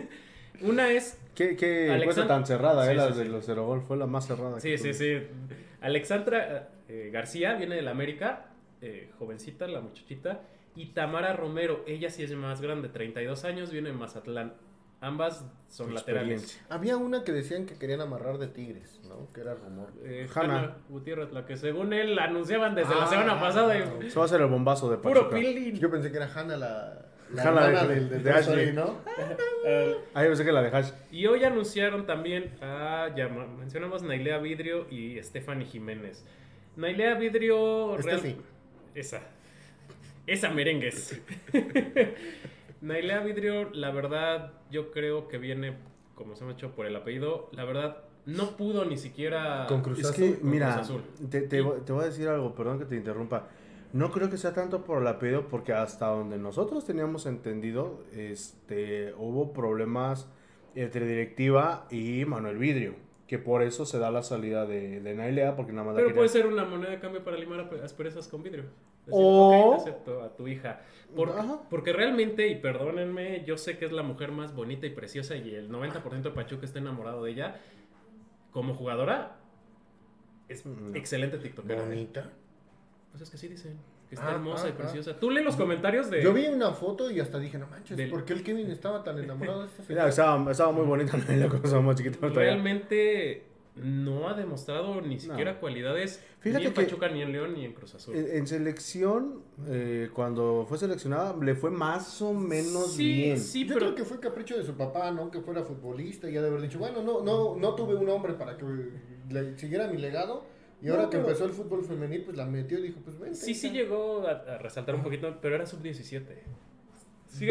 Una es.
Qué, qué
Alexand-
encuesta tan cerrada,
Sí,
eh, la
sí,
de
sí.
los cero gol. Fue la más
Ah,
cerrada.
Sí,
que
sí,
tuve.
sí. Alexandra eh, García viene del América. eh, jovencita, la muchachita. Y Tamara Romero, ella sí es más grande, 32 años, viene de Mazatlán. Ambas son laterales.
Experiencia.
Había una que decían que querían amarrar de tigres, ¿no? Que era rumor.
Eh,
Hanna.
Hanna Gutiérrez, la que según él anunciaban desde la
Ah,
semana pasada. y-
Se va a hacer el bombazo de Pachuca.
Puro pilín.
Yo pensé que era Hannah la, la
Hannah de-
hermana del, del
de
Toy
Ashley.
Story, ¿no?
Ahí pensé que la dejas.
Y hoy anunciaron también a, ya ma- mencionamos Nailea Vidrio y Stephanie Jiménez. Nailea Vidrio... real-
Steffi.
Esa. Esa merengues. Nailea Vidrio, la verdad, yo creo que viene, como se me ha hecho por el apellido, la verdad, no pudo ni siquiera...
Con Cruz
Es
Azul,
que,
con
mira,
Cruz Azul.
te, te voy- te voy a decir algo, perdón que te interrumpa. No creo que sea tanto por el apellido, porque hasta donde nosotros teníamos entendido, este, hubo problemas entre directiva y Manuel Vidrio. Que por eso se da la salida de, de Nailea, porque nada más la
Pero
querían-
puede ser una moneda de cambio para limar ap- asperezas con vidrio. Decir,
O-
Oh.
"Ok, te acepto a tu hija. Por-
Ajá.
porque realmente, y perdónenme, yo sé que es la mujer más bonita y preciosa y el 90% de Pachuca está enamorado de ella. Como jugadora, es
No.
excelente TikTok.
Mm. Bonita.
Pues es que sí dicen, que está
Ah,
hermosa
ah,
y
ah.
preciosa. Tú lee los comentarios de...
Yo vi una foto y hasta dije, no manches,
Del-
¿por qué el Kevin estaba tan enamorado de esta
Mira,
señora?
estaba, estaba muy bonita Nailea cuando estaba más chiquita. todavía.
Realmente no ha demostrado ni siquiera cualidades
Fíjate
ni en
que-
Pachuca, ni en León, ni en Cruz Azul.
Eh,
En, en selección, eh, cuando fue seleccionada, le fue más o menos
sí,
bien.
sí,
Yo
pero...
creo que fue capricho de su papá, ¿no? Que fuera futbolista y ha de haber dicho, bueno, no, no, no tuve un hombre para que le siguiera mi legado. Y ahora que empezó el fútbol femenil, pues la metió y dijo, pues vente.
Sí, sí
hija".
llegó a, a resaltar un poquito, pero era sub-17. Siguen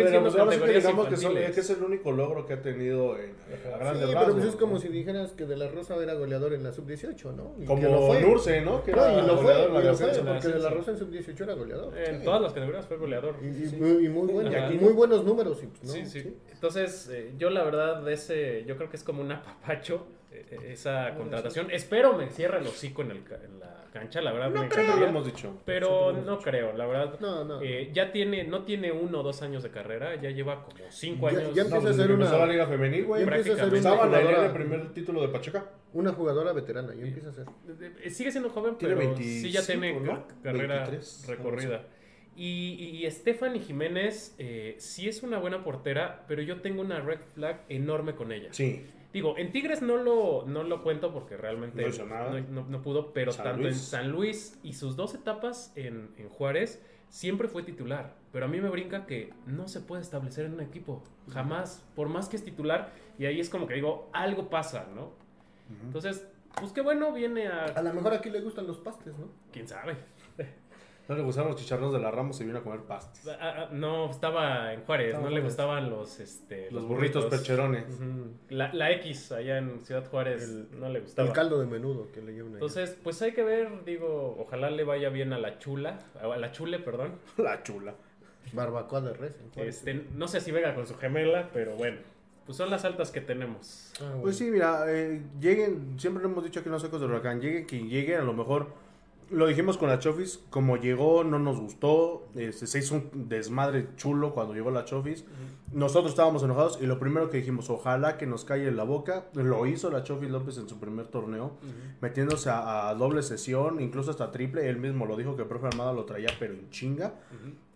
Pero,
siendo
pues, ahora sí que
categorías
digamos que, son-
infantiles.
que es el único logro que ha tenido en, a
Sí,
grandes
pero pues
rasgos,
es como
¿no?
si dijeras que De La Rosa era goleador en la sub-18, ¿no? Y que lo
Como
fue.
Nurse, ¿no? Que
No,
era
y lo fue,
goleador en la
y lo fue,
defensa.
porque De La
sí. Eh,
Rosa en sub-18 era goleador.
En
Sí.
todas las categorías fue goleador.
Y, y muy, y muy bueno,
Ajá.
y muy buenos números. y, pues, ¿no?
sí, sí. Entonces, eh, yo la verdad, de ese, yo creo que es como un apapacho eh, eh, esa contratación. Espero me cierre el hocico en, el ca- en la cancha, la verdad. me
Siempre lo
encantaría,
hemos dicho.
Pero no creo, la verdad.
No, no.
Eh, ya tiene, no tiene uno o dos años de carrera, ya lleva como cinco
Ya-
años.
ya
No,
empieza
pues,
a ser
empezó
una-
la Liga Femenil,
Y
güey.
empieza a ser
prácticamente.
una
Estaba en el
jugadora,
primer título de Pachuca.
una jugadora veterana, y empieza a ser.
Eh, Sigue siendo joven,
Tiene
pero sí ya
25,
tiene
¿no?
ca- carrera
23, algo
recorrida. Y, y, y Stephanie Jiménez eh, sí es una buena portera, pero yo tengo una red flag enorme con ella.
Sí.
Digo, en Tigres no lo, no lo cuento porque realmente
No hizo nada.
no- no pudo, pero
San
tanto en
Luis.
San Luis y sus dos etapas en, en Juárez siempre fue titular. Pero a mí me brinca que no se puede establecer en un equipo, jamás, por más que es titular. Y ahí es como que digo, algo pasa, ¿no? Entonces, pues qué bueno, viene
A lo mejor aquí le gustan los pastes, ¿no?
quién sabe.
No le gustaron los chicharrones de la Ramos y vino a comer pastes.
Ah, ah, no, estaba en Juárez,
Estaba
no
en
le
Juárez.
gustaban los, este,
Los burritos percherones.
Ujú. La, la X allá en Ciudad Juárez no le gustaba.
El caldo de menudo que le llevan ahí.
Entonces, pues hay que ver, digo, ojalá le vaya bien a la chula, a la chule, perdón.
La chula.
Barbacoa de res. en Juárez.
Este, no sé si venga con su gemela, pero bueno, pues son las altas que tenemos.
Ah, bueno.
Pues sí, mira, eh, lleguen, siempre lo hemos dicho aquí en los ecos del huracán, lleguen quien llegue, a lo mejor lo dijimos con la Chofis, como llegó no nos gustó, este, se hizo un desmadre chulo cuando llegó la Chofis, nosotros estábamos enojados y lo primero que dijimos, ojalá que nos calle la boca, lo hizo la Chofis López en su primer torneo, metiéndose a, a doble sesión, incluso hasta triple, él mismo lo dijo que el profe Armada lo traía pero en chinga,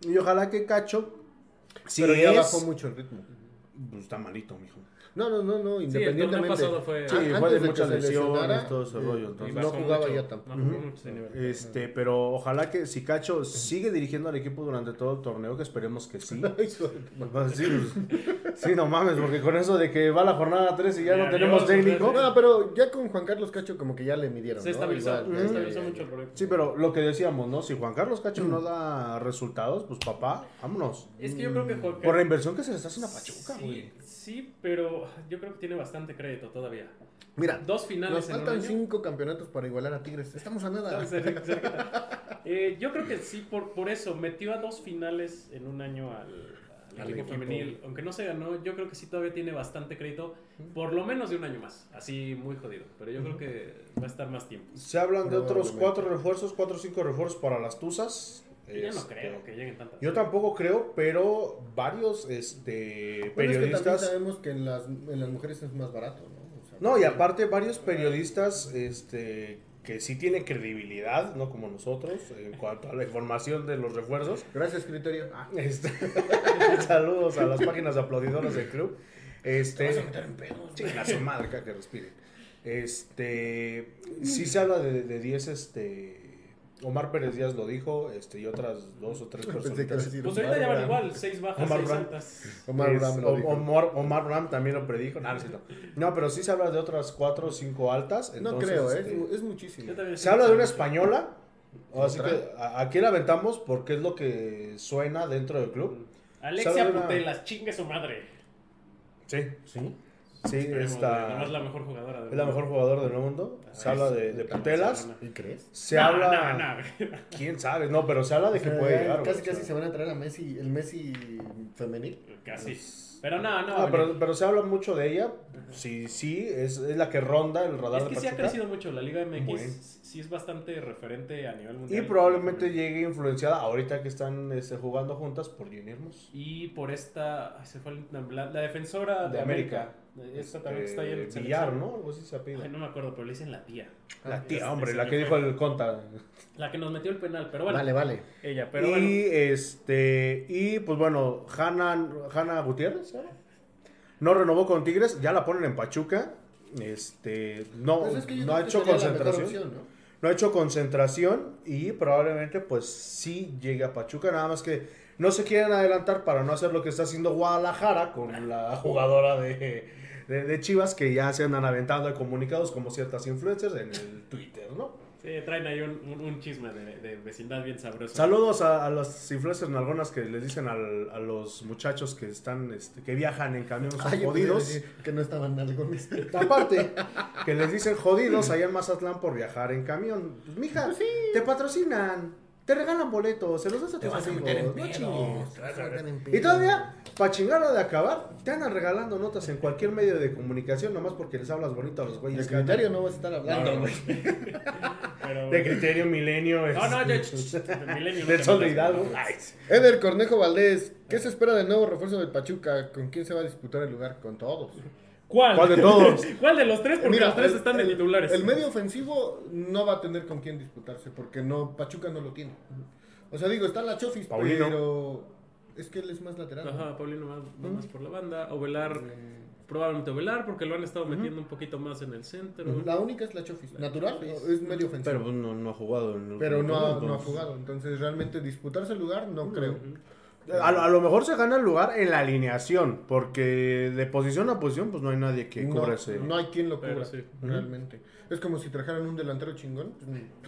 y ojalá que Cacho, si
Pero ya
es-
bajó mucho el ritmo.
pues, está malito, mijo.
No, no,
Sí,
no, no,
el torneo
independientemente.
pasado fue...
Sí,
Ah,
fue
antes
de
que
muchas
se
lesiones,
lesionara,
todo ese
eh,
rollo, entonces.
No jugaba ya
tanto.
tampoco.
Este, pero ojalá que si Cacho sigue dirigiendo al equipo durante todo el torneo, que esperemos que sí.
Hijo de-
Sí, pues, sí, no mames, porque con eso de que va la jornada 3 y ya
Ya,
no tenemos
adiós,
técnico.
adiós.
No, pero ya con Juan Carlos Cacho como que ya le midieron.
Se
¿no?
estabilizó,
Igual,
se
ya,
estabilizó
ya, ya,
mucho
ya.
el proyecto.
Sí, pero lo que decíamos, ¿no? Si Juan Carlos Cacho no da resultados, pues papá, vámonos.
Es que yo creo que Juan
Por la inversión que se le está haciendo a Pachuca, güey.
sí, sí, pero yo creo que tiene bastante crédito todavía.
Mira,
Dos finales
nos
en un
faltan
año.
cinco campeonatos para igualar a Tigres. Estamos a nada.
Cerca- cerca. Eh, yo creo que sí, por, por eso metió a dos finales en un año al, al
Al
equipo,
equipo.
femenil. Aunque no se ganó, yo creo que sí todavía tiene bastante crédito, por lo menos de un año más. Así muy jodido, pero yo creo que va a estar más tiempo.
Se hablan de otros
Probablemente.
cuatro refuerzos, cuatro o cinco refuerzos para las Tuzas.
Yo no
Este,
creo que lleguen tantas.
Yo tampoco creo, pero varios este,
Bueno, es que también
periodistas.
sabemos que en las, en las mujeres es más barato, ¿no? O sea,
No, y aparte varios periodistas este, que sí tienen credibilidad, no como nosotros, en cuanto a la información de los refuerzos.
Gracias, criterio. Ah,
Este, saludos a las páginas aplaudidoras del club. Este, Chinga su madre, caca, que respiren. Este, sí se habla de de 10, este... Omar Pérez Díaz lo dijo, este, y otras dos o tres personas.
pensé que iba a decir
Pues
Omar
ahorita ya van
Bram.
igual, seis bajas,
Omar
seis
Brand.
altas.
Omar
Es-
Bram lo
o-
dijo.
Omar, Omar Bram también lo predijo. No, no es cierto. No, pero sí se habla de otras cuatro o cinco altas.
no
entonces,
creo, ¿eh?
este,
es, es muchísimo.
Yo también
Se
creo
habla
que
de una
sí.
española. Así
¿Otra?
que a- aquí la aventamos porque es lo que suena dentro del club. Se
Alexia
habla de una-
Putelas, chingue su madre.
Sí, sí. Sí,
Esperemos, güey,
esta
nada más la mejor jugadora. del
es la
mundo.
mejor jugadora del mundo. Se habla de, de Putelas.
¿Y crees?
Se
No,
habla.
no, no, güey.
¿Quién sabe? No, pero se habla Ah, de que puede
Eh,
llegar.
casi
güey.
casi se van a traer a Messi, el Messi femenil.
Casi. Pero no, no.
Ah,
güey.
pero, pero se habla mucho de ella. Sí, sí, es, es la que ronda el radar
es que
de
sí ha
Pachuca.
crecido mucho la Liga MX,
Bueno.
sí es bastante referente a nivel
Y
mundial.
probablemente llegue influenciada ahorita que están este, jugando juntas por Jenny Hermoso.
Y por esta, ay, se fue el nombre, la, la defensora de,
De
América.
América.
Esta también que está ahí en
Este,
selección.
Villar, ¿no? Algo así se apellida.
Ay, no me acuerdo, pero le dicen la tía. Ah,
Ah,
La
es-
tía, hombre,
es
la
el
que dijo
mejor.
el conta.
La que nos metió el penal, pero bueno,
Vale, vale.
ella, pero
y
bueno.
este, y pues bueno, Hanna, Hanna Gutiérrez, ¿se llama? No renovó con Tigres, ya la ponen en Pachuca. Este, no,
Pues es que yo
no ha
creo que
hecho
sería la mejor
concentración.
opción, ¿no?
No ha hecho concentración y probablemente pues sí llegue a Pachuca, nada más que no se quieren adelantar para no hacer lo que está haciendo Guadalajara con la jugadora de, de- de Chivas que ya se andan aventando de comunicados como ciertas influencers en el Twitter, ¿no?
Sí, traen ahí un, un- un chisme de, de vecindad bien sabroso.
Saludos a, a las influencers nalgonas que les dicen al- a los muchachos que están, este, que viajan en camiones
Ah, yo pensé
jodidos.
decir que no estaban algones.
Aparte, que les dicen jodidos allá en Mazatlán por viajar en camión. Pues, mija, te patrocinan, te regalan boletos, se los das a tus amigos. no chingues. Y todavía, para chingarla de acabar, te andan regalando notas en cualquier medio de comunicación, nomás porque les hablas bonito a los
De
güeyes. que andan.
criterio no vas a estar hablando, güey.
pero-
De criterio milenio.
No, no, yo.
Del sol de Hidalgo. Ay,
Eder Cornejo Valdés, ¿qué se espera del nuevo refuerzo del Pachuca? ¿Con quién se va a disputar el lugar? Con todos.
¿Cuál?
¿Cuál de Eh, todos?
¿Cuál de los tres? Porque los tres
el-
están de
el-
titulares.
El medio ofensivo no va a tener con quién disputarse porque no Pachuca no lo tiene. O sea, digo, está la Chofis,
Paulino.
pero es que él es más lateral. ¿no?
Ajá, Paulino va, va más por la banda. Ovelar, probablemente Ovelar, porque lo han estado metiendo un poquito más en el centro.
La única es la Chofis. Natural, ¿no? es medio ofensivo.
Pero
Pero,
pues, no, no ha jugado. en el
no, ha,
mundo,
no ha
entonces.
jugado. Entonces, realmente disputarse el lugar no creo.
A, lo- a lo mejor se gana el lugar en la alineación, porque de posición a posición, pues no hay nadie que
no,
cubra ese.
no hay quien lo
Pero
cubra,
sí.
realmente. Es como si trajeran un delantero chingón. pues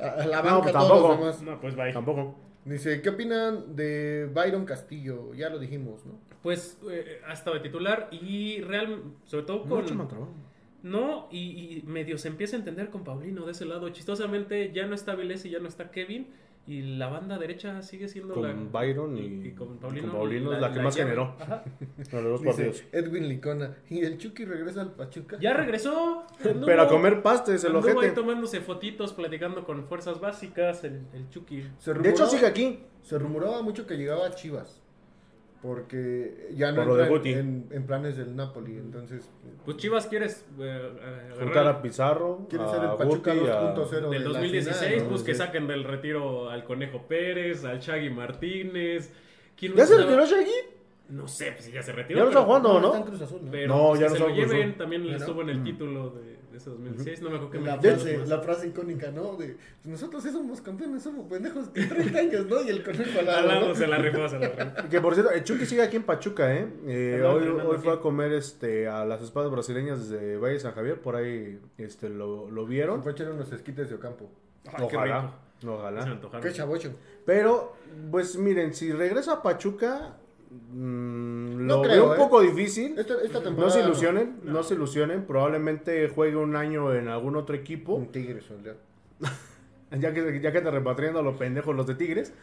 A, a
No,
la banca
pues,
todos los
tampoco.
demás.
No, pues bye.
Tampoco.
Dice, ¿qué opinan de Byron Castillo? Ya lo dijimos, ¿no?
Pues eh, ha estado de titular y real, sobre todo
No ha hecho
con...
mal trabajo.
No, y, y medio se empieza a entender con Paulino de ese lado. Chistosamente ya no está Vilés y ya no está Kevin. Y la banda derecha sigue siendo la.
Con Byron y,
y con Paulino,
y con Paulino es la, que más
llave.
generó
Ajá.
en los dos partidos.
Dice, Edwin Licona. ¿Y el Chucky regresa al Pachuca?
Ya regresó. anduvo-
Pero a comer pastes, el
anduvo ahí
ojete.
tomándose fotitos, platicando con fuerzas básicas, el, el Chucky.
Se
De hecho,
rumoraba-
sigue aquí.
Se rumoraba mucho que llegaba a Chivas. Porque ya no
Por lo de
entra
Guti.
en, en planes del Napoli. Entonces,
Pues Chivas, ¿quieres eh, eh,
Juntar a
agarrar
Pizarro.
quiere
a
ser el Pachuca
Guti, a-
2.0. de
del
la
2016?
final, ¿no?
pues que
Sí.
saquen del retiro al Conejo Pérez, al Chagui Martínez. ¿Quién
¿Ya
más
se
estaba?
retiró Shaggy?
No sé, pues ya se
Ya
retiró.
no está
pero-
jugando,
está en
¿no?
Cruz Azul, ¿no?
Pero
No,
pues,
ya
que
no
se lo
estaba con
lleven,
Cruz.
también
¿Ya no?
estuvo en el título de, de ese 2006, no me acuerdo qué
La
mexicano
frase,
fue.
la frase icónica, ¿no? De nosotros sí somos campeones, somos pendejos de 30 años, ¿no? Y el conejo al
Al
lado,
lado
¿no?
se la rifó, se la rifó.
Que por cierto, el Chucky sigue aquí en Pachuca, ¿eh? Eh,
Andaba
hoy,
entrenando
hoy fue
aquí.
a comer este, a las espadas brasileñas de Valle San Javier, por ahí este, lo, lo
Se
vieron.
fue a echar unos esquites de Ocampo.
Ay, qué rico.
ojalá,
Se me
ojalá.
antojaron.
Qué chavocho.
Pero, pues miren, si regresa a Pachuca, mm,
No
lo
creo,
veo un
¿eh?
poco difícil.
Esta, esta temporada.
No se ilusionen, no. se ilusionen. Probablemente juegue un año en algún otro equipo.
Un tigre, soldado.
Ya que, ya que te repatriando a los pendejos los de Tigres.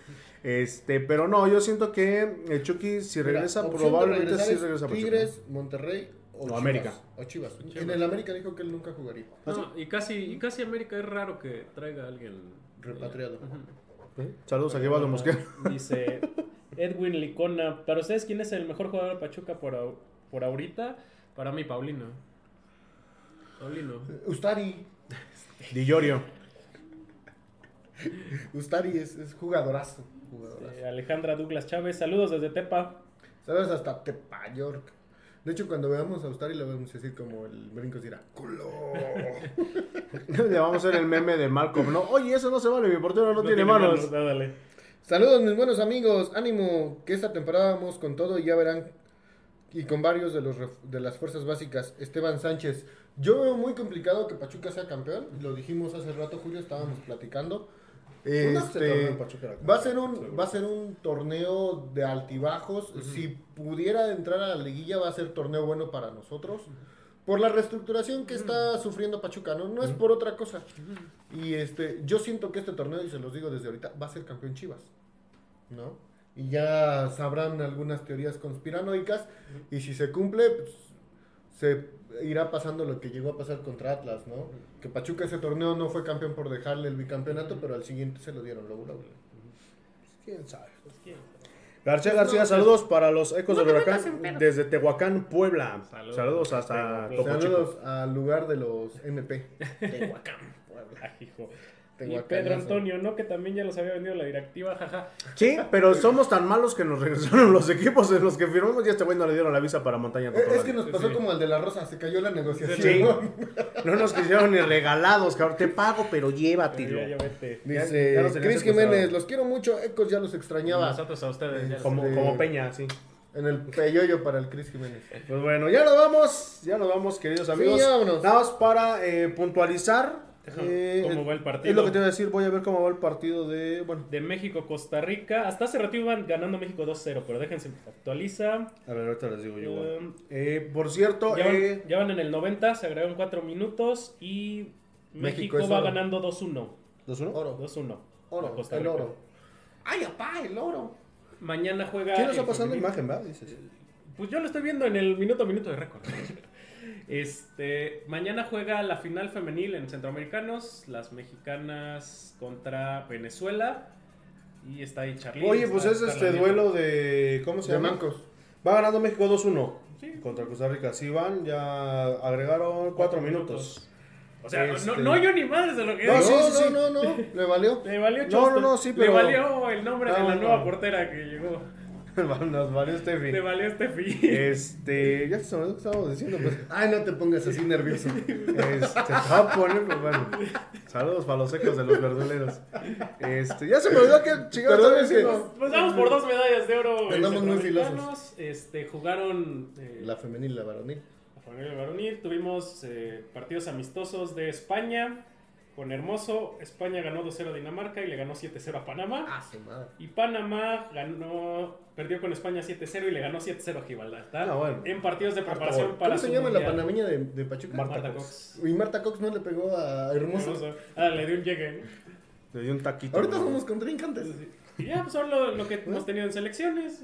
Este, pero no, yo siento que el Chucky, si regresa, probablemente sí regresa a Pachuca.
Tigres, Monterrey o
O
Chivas.
América.
O Chivas.
Chivas.
En el América dijo que él nunca jugaría.
No, y casi, y casi América es raro que traiga a alguien.
Repatriado.
¿Eh? Saludos a Guevara Mosquera.
Dice Edwin Licona. Para ustedes, ¿quién es el mejor jugador de Pachuca por, au- por ahorita? Para mí, Paulino. Paulino.
Ustari.
Di Llorio.
Ustari es, es jugadorazo. jugadorazo.
Eh, Alejandra Douglas Chávez. Saludos desde Tepa.
Sabes, hasta Tepayork. De hecho, cuando veamos a Ustari, lo vemos así como el brinco, así era culo.
Le vamos a hacer el meme de Malcolm. No, oye, eso no se vale, mi portero no, tiene, manos.
no, dale.
Saludos mis buenos amigos, ánimo, que esta temporada vamos con todo y ya verán, y con varios de, los ref- de las fuerzas básicas, Esteban Sánchez. Yo veo muy complicado que Pachuca sea campeón, lo dijimos hace rato Julio, estábamos platicando. Este, va, a ser un, va a ser un torneo de altibajos, si pudiera entrar a la liguilla va a ser torneo bueno para nosotros. Por la reestructuración que está sufriendo Pachuca, no, no es por otra cosa. Y este, yo siento que este torneo, y se los digo desde ahorita, va a ser campeón Chivas. ¿no? Y ya sabrán algunas teorías conspiranoicas y si se cumple, pues, se irá pasando lo que llegó a pasar contra Atlas, ¿no? Que Pachuca ese torneo no fue campeón por dejarle el bicampeonato, pero al siguiente se lo dieron luego, luego.
Pues, ¿Quién sabe? García García, saludos para los ecos del huracán desde Tehuacán, Puebla.
Saludos.
Saludos, hasta Topo
Tehuacán.
Chico.
Saludos al lugar de los MP.
Ay, Ah, hijo. Y
Tehuacanazo.
Pedro Antonio, no, que también ya los había vendido la directiva, jaja.
Sí, pero somos tan malos que nos regresaron los equipos en los que firmamos y a este güey no le dieron la visa para Montaña
Eh, Es que
Totoral.
nos pasó como al de la Rosa, se cayó la negociación.
Sí.
¿no?
No nos quisieron ni regalados, cabrón. Te pago, pero llévatelo.
Ya, ya vete.
Dice
ya los tenían
Cris Jiménez,
secuestrados.
los quiero mucho, Ecos ya los extrañaba.
Nosotros a ustedes. ya
Como,
Sí.
como Peña, sí.
En el peyoyo para el Cris Jiménez.
Pues bueno, ya nos vamos, ya nos vamos, queridos amigos.
ya vámonos.
Nada más para eh, puntualizar.
Déjame,
eh,
¿cómo va el partido?
Es lo que te iba a decir, voy a ver cómo va el partido de. Bueno,
De México, Costa Rica. Hasta hace ratito iban ganando México 2-0, pero déjense actualiza.
a ver, ahorita les digo yo.
Eh,
bueno. Eh, por cierto,
Ya van,
eh,
ya van en el 90, se agregaron 4 minutos y México,
México es
va
oro.
ganando 2-1.
2-1.
Oro,
2-1. a
oro,
Costa
el
Rica.
oro. ¡Ay, apá, el oro!
Mañana juega.
¿Quién nos
el
ha pasado la
femenil.
imagen, verdad? Dices.
Pues yo lo estoy viendo en el minuto a minuto de récord. Este, mañana juega la final femenil en Centroamericanos, las mexicanas contra Venezuela. Y está ahí Charly.
Oye, pues es este duelo de. ¿Cómo se
De
llama?
mancos.
Va ganando México 2-1
Sí.
contra Costa Rica. Sí, van, ya agregaron 4 minutos.
O sea, no-
Este-
no, no yo ni madres de lo que
No,
digo.
sí,
no,
sí, sí.
no, no, no, le valió.
Le valió
No,
Chosto.
no, no, sí,
Le
pero-
valió el nombre de
No,
la
no.
nueva portera que llegó.
Nos valió este fin.
Te valió este fin.
Este, ya se me olvidó que estábamos diciendo, pues.
Ay, no te pongas así nervioso.
Este, te voy a poner, pues, bueno. Saludos para los secos de los verduleros. Este, ya se me olvidó que chingados
Perdón,
estaba
es que-
diciendo.
Pues vamos por dos medallas de oro.
Andamos muy
centroamericanos.
filosos.
Este, jugaron eh,
La femenil, la varonil.
a Familia Varonil. Tuvimos eh, partidos amistosos de España con Hermoso. España ganó 2-0 a Dinamarca y le ganó 7-0 a Panamá.
Ah, su madre.
Y Panamá ganó, perdió con España 7-0 y le ganó 7-0 a Gibraltar.
Ah, bueno.
En partidos de preparación
¿Cómo
para
se
su
llama la
mundial.
panameña de, de Pachuca?
Marta Marta Cox.
Y Marta Cox no le pegó a Hermoso.
Hermoso. Ah, le dio un llegue. ¿no?
Le di un taquito.
Ahorita
¿no?
somos contrincantes.
Y ya, pues, son lo, lo que hemos tenido en selecciones.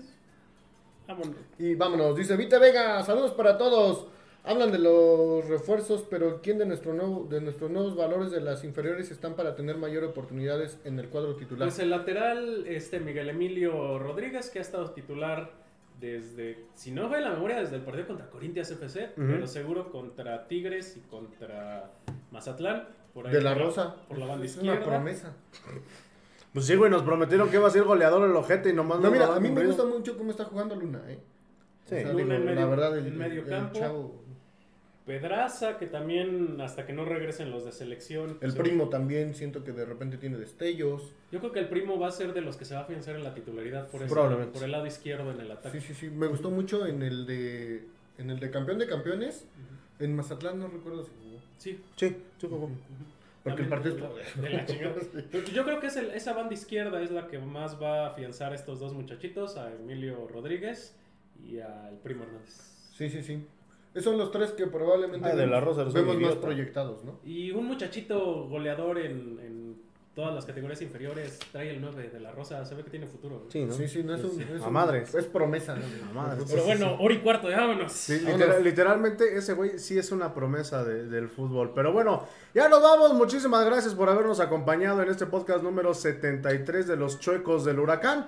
Ah, Vámonos.
Y vámonos, dice Vita Vega, saludos para todos. Hablan de los refuerzos, pero ¿quién de, nuestro nuevo, de nuestros nuevos valores de las inferiores están para tener mayor oportunidades en el cuadro titular?
Pues el lateral, este Miguel Emilio Rodríguez, que ha estado titular desde, si no fue la memoria, desde el partido contra Corintias FC, pero seguro contra Tigres y contra Mazatlán. Por ahí
de la
por
Rosa.
eh, Por la banda
es
izquierda.
una promesa.
Pues sí, güey, nos prometieron que iba a ser goleador el ojete y nomás
No,
lo
mira,
han
a mí me
cumplido.
gusta mucho cómo está jugando Luna, ¿eh?
Sí.
Luna en medio-
la verdad, el,
en medio
el
campo.
chavo-
Pedraza, que también, hasta que no regresen los de selección.
El
se-
primo también, siento que de repente tiene destellos.
Yo creo que el primo va a ser de los que se va a afianzar en la titularidad por, ese-
Probablemente.
por el lado izquierdo en el ataque.
Sí, sí, sí. Me gustó mucho en el de, en el de campeón de campeones. En Mazatlán no recuerdo si jugó.
Sí,
Sí, sí, jugó.
Porque el partido
También
estuvo...
de la chingada. Pero Yo creo que es el- esa banda izquierda es la que más va a afianzar a estos dos muchachitos, a Emilio Rodríguez y al Primo Hernández.
Sí, sí, sí. Esos son los tres que probablemente
Ah, de la Rosa, los
vemos
un
más
idiota.
proyectados, ¿no?
Y un muchachito goleador en, en todas las categorías inferiores, trae el 9 de la Rosa, se ve que tiene futuro. ¿no?
Sí, ¿no?
Sí, sí, no es un... es
A
un-
madres.
Es promesa. ¿no?
madres.
Pero bueno, hora y cuarto, ya vámonos.
Sí,
Vámonos.
literal- literalmente ese güey sí es una promesa de- del fútbol. Pero bueno, ya nos vamos. Muchísimas gracias por habernos acompañado en este podcast número 73 de los chuecos del huracán.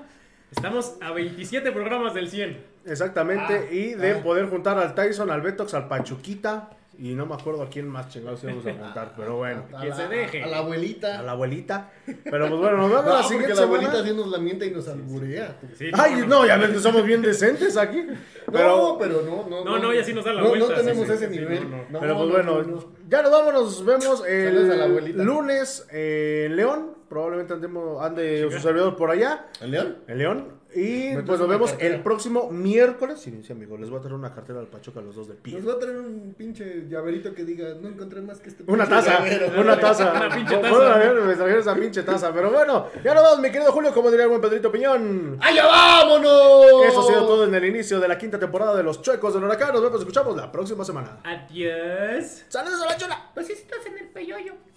Estamos a 27 programas del 100.
Exactamente. y de
ah.
poder juntar al Tyson, al Betox, al Pachuquita. Y no me acuerdo a quién más chingados íbamos a juntar. Pero bueno,
A
Que
la-
se deje.
A la abuelita.
a la abuelita. Pero pues bueno, nos vemos
ah. No,
la
porque
siguiente
la abuelita
semana.
sí nos lamenta y nos alburea.
Sí,
Ay, no, ya ves que somos bien decentes aquí.
Pero,
Pero
no, pero no, no.
No, no, ella sí nos da la
no,
vuelta,
No
sí,
tenemos
sí,
ese
sí, sí,
nivel.
no, no.
No,
Pero pues
no,
bueno,
no, no.
ya nos vamos, nos vemos el
Saludos a la abuelita.
lunes eh, en León. Probablemente andemos, ande su servidor por allá,
¿El León?
en León. Y
traes
pues nos
una
vemos
cartera.
el próximo miércoles. Sí, sí, amigo, les voy a traer una cartera al Pachuca a los dos de pie.
Nos va a traer un pinche llaverito que diga, no encontré más que este
Una
pinche
taza,
llavero".
una taza.
Una pinche taza.
Bueno, a ver, me trajeron esa pinche taza. Pero bueno, ya nos vamos, mi querido Julio, como diría el buen Pedrito Piñón.
¡Allá vámonos!
Eso ha sido todo en el inicio de la quinta temporada de Los Chuecos del Huracán. Nos vemos, escuchamos la próxima semana.
Adiós.
¡Saludos a la chola!
Besitos en el peyoyo.